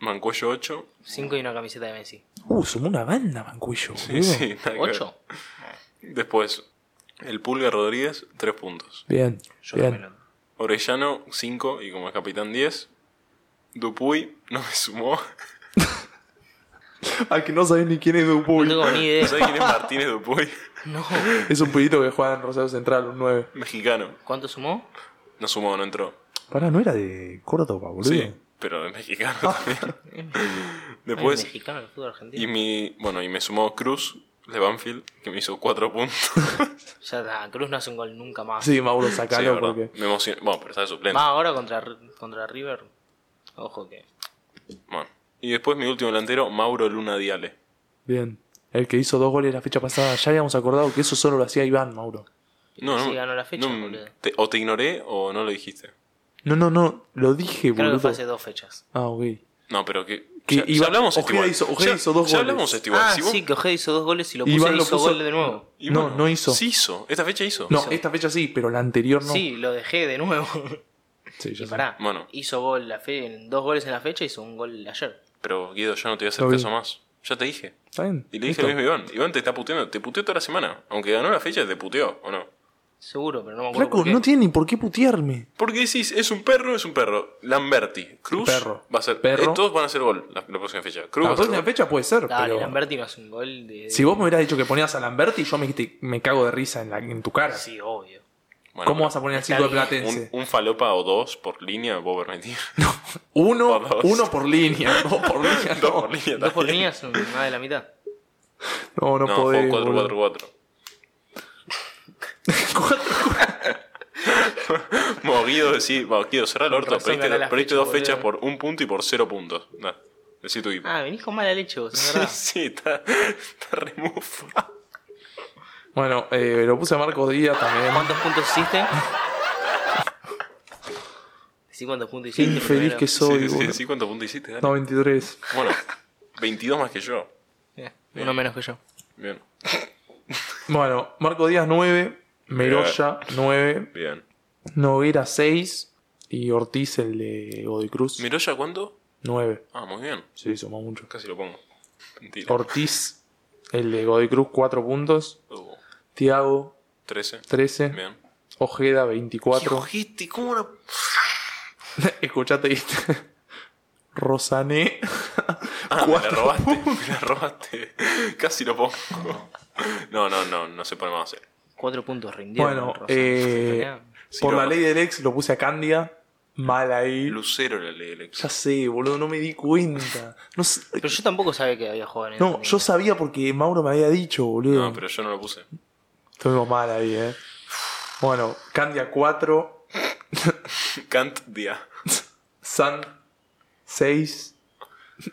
S2: Mancuello, 8.
S4: 5 y una camiseta de Messi.
S3: Uh, sumó una banda, Mancuello.
S2: Sí, [laughs]
S3: boludo.
S2: sí. nada que ver.
S4: 8.
S2: Después, el Pulga Rodríguez, 3 puntos.
S3: Bien,
S4: Yo no me
S3: bien.
S4: lo.
S2: Orellano, 5 y como es capitán, 10. Dupuy no me
S4: [laughs]
S2: sumó.
S3: Al que no sabés ni quién es
S4: No
S3: Dupuy.
S4: tengo ni
S2: ¿No
S4: idea.
S2: sabes quién es Martínez Dupuy?
S4: No.
S3: Es un pibito que juega en Rosario Central, un 9.
S2: Mexicano.
S4: ¿Cuánto sumó?
S2: No sumó, no entró.
S3: Pará, no era de Córdoba, boludo.
S2: Sí, pero es mexicano
S4: [laughs]
S2: también.
S4: Ay,
S2: Después,
S4: Ah. mexicano en el fútbol
S2: y
S4: argentino.
S2: mi, bueno, y me sumó Cruz de Banfield, que me hizo 4 puntos.
S4: Ya está, Cruz no hace un gol nunca más.
S3: Sí, Mauro,
S2: Sí, la
S3: sacalo
S2: verdad.
S3: porque.
S2: Me emocioné. Bueno, pero está de suplente.
S4: Más ahora contra, contra River. Ojo que.
S2: Bueno. Y después mi último delantero, Mauro Luna Diale.
S3: Bien. El que hizo dos goles la fecha pasada. Ya habíamos acordado que eso solo lo hacía Iván, Mauro.
S2: No, no.
S4: Sí, ganó la fecha,
S2: no,
S4: boludo.
S2: te- o te ignoré o no lo dijiste.
S3: No, no, no. Lo dije,
S4: Creo que
S3: boludo.
S4: fue hace dos fechas.
S3: Ah, ok.
S2: No, pero que.
S3: Que
S2: ya, ya
S3: Iván-
S2: hablamos esto
S3: Ojeda
S2: igual.
S3: hizo- Ojeda
S2: Ya-
S3: hizo dos
S2: ya
S3: goles.
S2: hablamos esto igual.
S4: Ah,
S2: Si vos-
S4: sí, que Ojeda hizo dos goles y lo puse
S3: Iván
S4: y
S3: lo
S4: hizo
S3: puso-
S4: gol de nuevo.
S2: y
S3: No,
S2: bueno,
S3: no hizo.
S2: Sí hizo. Esta fecha hizo.
S3: No, esta fecha sí, pero la anterior no.
S4: Sí, lo dejé de nuevo. [laughs]
S3: Sí, ya sé.
S4: Y pará,
S2: Bueno.
S4: hizo gol la fe, en dos goles en la fecha, hizo un gol ayer.
S2: Pero Guido, yo no te voy a hacer
S3: Lo vi.
S2: caso más. Ya te dije.
S3: Está bien.
S2: Y le dije
S3: listo.
S2: lo mismo a Iván. Iván te está puteando. Te puteó toda la semana. Aunque ganó la fecha, te puteó, ¿o no?
S4: Seguro, pero no me acuerdo.
S3: Flaco,
S4: por qué.
S3: no tiene ni por qué putearme.
S2: Porque decís, es un perro, es un perro. Lamberti. Cruz
S3: Perro.
S2: va a ser.
S3: Perro.
S2: eh, todos van a hacer gol la, la próxima fecha. Cruz va
S3: La
S2: a ser
S3: próxima
S2: gol.
S3: fecha puede ser,
S4: Dale,
S3: pero.
S4: Lamberti no hace un gol de.
S3: Si vos me hubieras dicho que ponías a Lamberti, yo me, dijiste, me cago de risa en, la, en tu cara.
S4: Sí, obvio.
S2: Bueno,
S3: ¿Cómo vas a poner al
S4: Está
S3: ciclo de
S4: bien.
S2: un,
S3: Platense?
S2: un falopa o dos por línea, vos permitís.
S3: uno,
S2: o dos.
S3: uno por línea, dos por línea.
S2: [laughs] dos
S3: No,
S2: por línea.
S4: Dos por
S2: también.
S4: línea son más de la mitad.
S3: no, no,
S2: No,
S3: podés.
S2: fue 4
S4: [laughs]
S3: boludo.
S2: 4 4 [laughs] Moguido, decís, Moguido, cerrá el
S4: Con
S2: orto.
S4: razón
S2: Perdiste,
S4: gané las
S2: perdiste
S4: fechas,
S2: dos fechas por
S4: boludo.
S2: un punto y por cero puntos. Nah, decí tu equipo.
S4: Ah, venís con mala leche vos, es
S2: sí,
S4: verdad.
S2: [laughs] sí, está, está re mufa.
S3: Bueno, eh, lo puse a Marcos Díaz también.
S4: ¿Cuántos puntos hiciste? Decí cuántos puntos
S3: Qué
S4: hiciste.
S3: infeliz
S4: primero.
S3: que soy,
S2: sí, sí,
S3: boludo.
S2: sí, ¿cuántos puntos hiciste? Dale.
S3: 93.
S2: Bueno, 22 más que yo.
S4: Bien, Eh, Uno menos que yo.
S2: Bien,
S3: Bueno, Marco Díaz 9, Meroya 9,
S2: bien.
S3: Noguera 6 y Ortiz el de Godoy Cruz
S2: ¿Miroya cuánto?
S3: 9.
S2: Ah, muy bien.
S3: Sí, sumó mucho.
S2: Casi lo pongo. Mentira.
S3: Ortiz el de Godoy Cruz 4 puntos,
S2: Uh,
S3: Tiago
S2: 13.
S3: 13,
S2: Bien.
S3: Ojeda
S2: Qué
S3: 24.
S2: ojete, ¿cómo no?
S3: [laughs] Escuchate este. Rosané
S2: Ah, me la
S3: 4.
S2: robaste, [laughs] me la robaste. Casi lo pongo. No, no, no, no se pone más.
S4: Cuatro puntos rindieron.
S3: Bueno,
S4: Rosa.
S3: eh,
S2: Sí,
S3: por
S2: lo-
S3: la ley del ex lo puse a Cándida. Mal ahí.
S2: Lucero la ley del ex.
S3: Ya sé, boludo, no me di cuenta. No sé-
S4: Pero yo tampoco sabía que había jugado en el
S3: No,
S4: Independiente.
S3: yo sabía porque Mauro me había dicho, boludo.
S2: No, pero yo no lo puse.
S3: Estuvimos mal ahí, eh. Bueno, Candia 4,
S2: Kant Dia.
S3: San 6,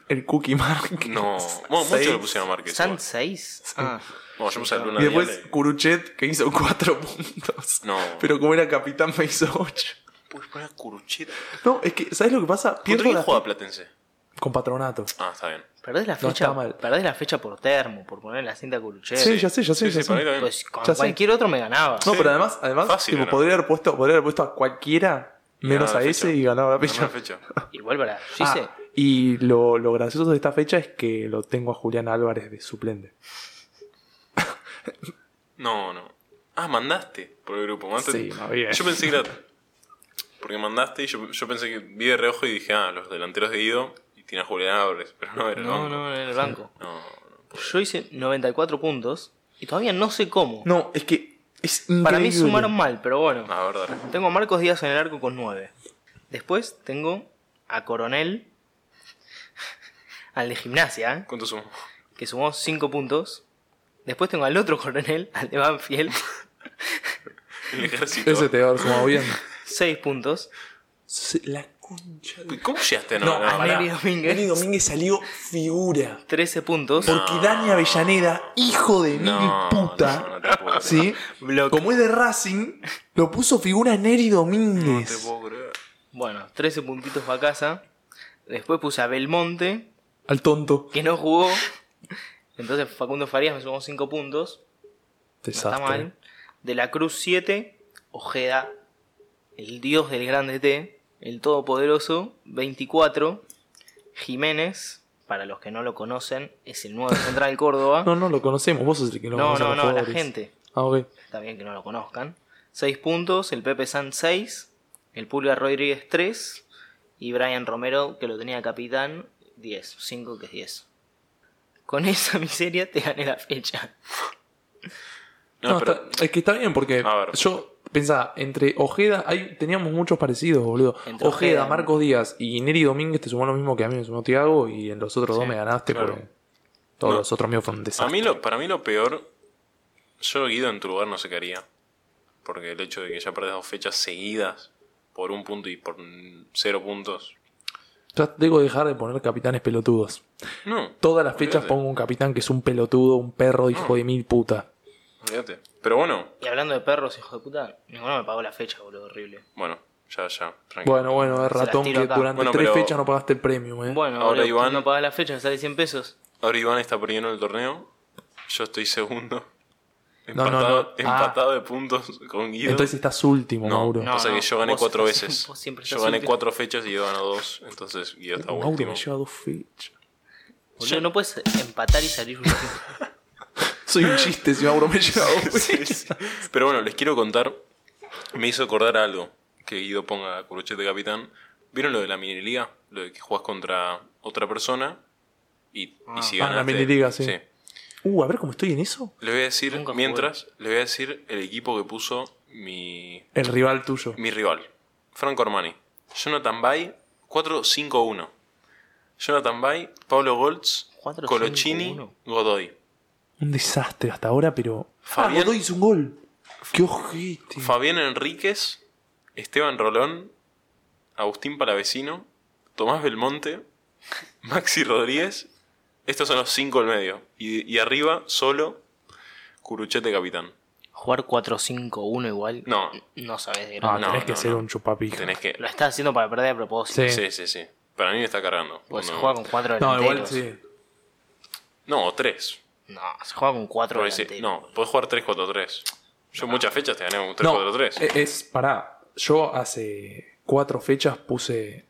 S3: el Cookie Mark. [laughs]
S2: No. Bueno, muchos
S3: Seis.
S2: lo pusieron a Márquez.
S4: ¿San
S2: igual.
S4: 6? Ah,
S2: Bueno, yo puse a Luna
S3: Y
S2: Díaz.
S3: después Curuchet, que hizo 4 puntos.
S2: No.
S3: Pero como era capitán, me hizo 8.
S2: Puedes poner a Curucheta.
S3: No, es que, ¿sabes lo que pasa?
S2: ¿Contra
S3: Pierdo
S2: quién
S3: la...
S2: juega Platense?
S3: Con patronato.
S2: Ah, está bien.
S4: perdés la
S3: No,
S4: fecha.
S3: está mal.
S4: Perdés la fecha por termo, por poner la cinta curuchera.
S3: Sí, ya sé, ya sé,
S2: Sí,
S3: ya
S2: sí, para mí
S3: sé.
S2: también.
S4: Pues con
S3: Ya sé.
S4: cualquier otro me ganaba.
S3: No,
S2: Sí.
S3: pero además, además
S2: Fácil,
S3: tipo,
S2: ¿no?
S3: podría, haber puesto, podría haber puesto a cualquiera menos
S2: ganaba
S3: a
S2: la
S3: ese
S2: fecha.
S3: y ganaba la
S2: Dame
S3: fecha.
S2: la fecha.
S4: Igual para. Yo
S3: Ah,
S4: hice.
S3: y lo, lo gracioso de esta fecha es que lo tengo a Julián Álvarez de suplente.
S2: No, no. Ah, mandaste por el grupo. mandaste-
S3: Sí, no, bien.
S2: Yo pensé que
S3: [laughs]
S2: era. Porque mandaste y yo, yo pensé que vi de reojo y dije, ah, los delanteros de Guido y tiene a Julián Álvarez. Pero no era el
S4: No,
S2: banco.
S4: no, en el banco.
S2: No, no.
S4: Yo hice 94 puntos y todavía no sé cómo.
S3: No, es que es increíble.
S4: Para mí sumaron mal, pero bueno.
S2: La Ah, verdad.
S4: Tengo a Marcos Díaz en el arco con 9. Después tengo a Coronel, al de gimnasia,
S2: ¿Cuánto
S3: [laughs]
S2: sumó?
S4: que sumó 5 puntos. Después tengo al otro coronel, al de Banfield, [laughs]
S2: El ejército.
S3: Ese te va a haber sumado bien.
S4: 6 puntos.
S3: Se- La concha de...
S2: ¿Cómo llegaste a no,
S3: No,
S2: no,
S3: a
S2: Ah, pará.
S4: Neri Domínguez.
S3: Dani Domínguez salió figura.
S4: 13 puntos.
S3: Porque Dani Avellaneda, hijo de mil
S2: No,
S3: puta,
S2: no, no te puedo creer.
S3: ¿sí?
S4: Bloque.
S3: como es de Racing, lo puso figura
S2: No
S3: Neri
S2: te
S3: Domínguez.
S2: puedo creer.
S4: Bueno, 13 puntitos para casa. Después puse a Belmonte,
S3: Al tonto.
S4: que no jugó. Entonces Facundo Farías me sumó 5 puntos. No
S3: Desastre.
S4: está mal. De la Cruz 7, Ojeda, el dios del grande T, el todopoderoso, 24. Jiménez, para los que no lo conocen, es el nuevo central de Córdoba.
S3: No, no, lo conocemos. Vos sos el que lo
S4: no,
S3: conoce a
S4: no,
S3: los
S4: no, la
S3: jugadores.
S4: gente.
S3: Ah, ok.
S4: Está bien que no lo conozcan. 6 puntos, el Pepe San 6, el Pulgar Rodríguez 3 y Brian Romero, que lo tenía capitán, 10. 5 que es 10. Con [laughs] esa miseria te gané la fecha.
S2: No,
S3: No,
S2: pero.
S3: está- es que está bien porque
S2: A ver.
S3: yo pensaba, entre Ojeda, hay, teníamos muchos parecidos, boludo.
S4: Entre
S3: Ojeda,
S4: Ojeda,
S3: Marcos Díaz y Neri Domínguez te sumó lo mismo que a mí me sumó Tiago y en los otros
S4: Sí,
S3: dos me ganaste
S2: claro.
S3: porque todos
S2: No.
S3: los otros míos fueron
S2: A
S3: un desastre.
S2: mí lo, para mí lo peor, yo Guido en tu lugar no sé qué haría. Porque el hecho de que ya perdés dos fechas seguidas por un punto y por mm, cero puntos.
S3: Ya tengo que dejar de poner capitanes pelotudos.
S2: No,
S3: Todas las fechas
S2: Olvídate.
S3: pongo un capitán que es un pelotudo, un
S2: Mm.
S3: perro, hijo de mil puta.
S2: olvídate. Pero bueno,
S4: Y hablando de perros, hijo de puta, ninguno me pagó la fecha, boludo, horrible.
S2: bueno, ya, ya, tranquilo.
S3: Bueno, bueno, es ratón que
S4: tiro acá.
S3: durante
S2: Bueno,
S3: tres
S2: pero-
S3: fechas no pagaste el premio, eh.
S4: Bueno,
S2: Ahora,
S4: boludo,
S2: Iván-
S4: no pagas la fecha, me sale 100 pesos.
S2: Ahora Iván está perdiendo el torneo. Yo estoy segundo.
S3: No, no,
S2: Empatado,
S3: no. Ah.
S2: empatado de puntos con Guido.
S3: Entonces estás último,
S2: no,
S3: Mauro.
S4: No,
S2: pasa que yo gané
S4: vos
S2: cuatro
S4: estás-
S2: veces.
S4: vos siempre
S2: Yo
S4: estás
S2: gané
S4: último.
S2: cuatro fechas y Guido ganó dos. Entonces Guido está
S3: Mauro
S2: último.
S3: me lleva dos fechas.
S4: Boludo, no puedes empatar y salir último.
S2: [laughs]
S3: Soy un chiste si Mauro me lleva dos [laughs] fechas.
S2: Sí, sí. Pero bueno, les quiero contar. Me hizo acordar algo que Guido ponga a Curuchet de capitán. ¿Vieron lo de la miniliga? Lo de que jugás contra otra persona y, y si
S3: Ah,
S2: ganas.
S3: la miniliga, sí.
S2: Les
S3: Uh, a ver cómo estoy en eso.
S2: voy a decir,
S4: Nunca jugué.
S2: mientras, les voy a decir el equipo que puso mi,
S3: El rival tuyo.
S2: mi rival: Franco Armani, Jonathan Bay, 4-5-1. Jonathan Bay, Pablo Goltz,
S4: 4-5-1.
S2: Colochini, Godoy.
S3: Un desastre hasta ahora, pero.
S2: Fabián-
S3: Ah, Godoy hizo un gol. Qué ojete.
S2: Fabián Enríquez Esteban Rolón, Agustín Palavecino, Tomás Belmonte, Maxi Rodríguez. Estos son los cinco al medio. Y, y arriba, solo, Curuchete Capitán.
S4: Jugar 4-5-1 igual.
S2: No,
S4: No sabes de qué
S3: Ah,
S4: no.
S3: tenés que
S2: no,
S3: ser
S2: no.
S3: un chupapija.
S2: tenés que.
S4: Lo estás haciendo para perder a propósito.
S3: Sí.
S2: Sí, sí, sí. Para mí me está cargando.
S4: Pues se
S2: No.
S4: juega con 4
S3: No,
S4: delanteros.
S3: igual sí.
S2: No, o tres.
S4: No, se juega con 4
S2: Porque sí,
S4: delanteros.
S2: no, podés jugar 3-4-3. Yo en muchas fechas te gané un
S3: No,
S2: 3-4-3.
S3: e- es pará. Yo hace cuatro fechas puse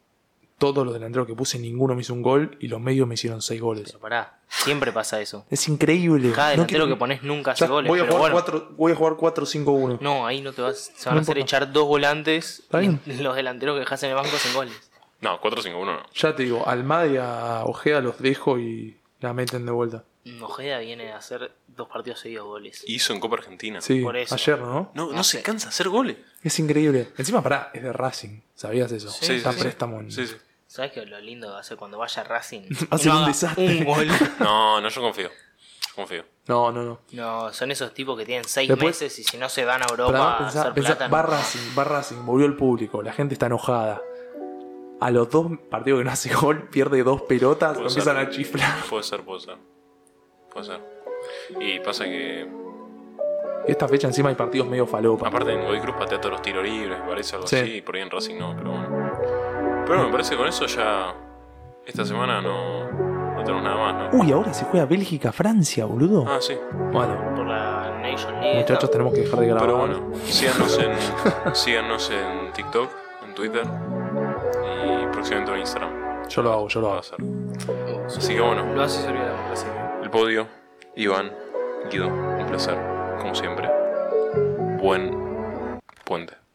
S3: todos los delanteros que puse, ninguno me hizo un gol y los medios me hicieron seis goles.
S4: Pero pará, siempre pasa eso.
S3: Es increíble. No
S4: Cada delantero
S3: quiero-
S4: que pones nunca
S3: Ya,
S4: hace goles.
S3: voy, a
S4: pero
S3: jugar
S4: bueno,
S3: cuatro, voy a jugar 4-5-1.
S4: No, ahí no te vas. Se van
S3: No
S4: a hacer
S3: importa.
S4: echar dos volantes.
S3: Está bien.
S4: y [laughs] los delanteros que dejas en el banco sin goles.
S2: No, 4-5-1 no.
S3: Ya te digo, Almada y a Ojeda los dejo y la meten de vuelta.
S4: Ojeda viene a hacer dos partidos seguidos goles.
S2: Hizo en Copa Argentina.
S3: Sí, Ah,
S4: Por eso.
S3: ayer, ¿no?
S2: No, no,
S4: No
S2: se
S4: sé.
S2: cansa de hacer goles.
S3: Es increíble. Encima, pará, es de Racing. ¿Sabías eso?
S4: Sí,
S3: Está
S4: sí,
S3: en préstamo en-
S2: Sí, sí.
S4: ¿Sabes qué? Lo lindo va a ser cuando
S3: [laughs]
S4: vaya Racing.
S3: Hacen
S4: no
S3: un
S4: haga
S3: desastre. [laughs]
S4: Un gol.
S2: No, no, yo confío. Yo confío.
S3: No, no, no.
S4: No, son esos tipos que tienen seis
S3: Después-
S4: meses y si no se van a
S3: Pero
S4: Europa
S3: además
S4: a
S3: pensá-
S4: hacer
S3: pensá,
S4: plata. no.
S3: va Racing, va Racing, movió el público, la gente está enojada. A los dos partidos que no hace gol, pierde dos pelotas,
S2: Puede
S3: empiezan
S2: ser.
S3: a chiflar.
S2: Puede ser, puede ser. Puede ser. Y pasa que.
S3: Esta fecha encima hay partidos medio falopa.
S2: Aparte en Godoy Cruz patea todos los tiros libres, me parece algo
S3: Sí.
S2: así, y por ahí en Racing no, pero bueno. Pero bueno, me parece que con eso ya. Esta semana no. No tenemos nada más, ¿no?
S3: Uy, ahora se juega Bélgica-Francia, boludo.
S2: Ah, sí.
S3: Bueno,
S4: Por la Nation League.
S3: muchachos, tenemos que dejar de grabar.
S2: Pero bueno, síganos en, [laughs] síganos en TikTok, en Twitter y próximamente en Instagram.
S3: Yo lo hago, yo lo
S2: Va a
S3: hago.
S2: ser. Así que bueno,
S4: Lo hace servir a la democracia.
S2: el podio, Iván, Guido, un placer, como siempre. Buen puente.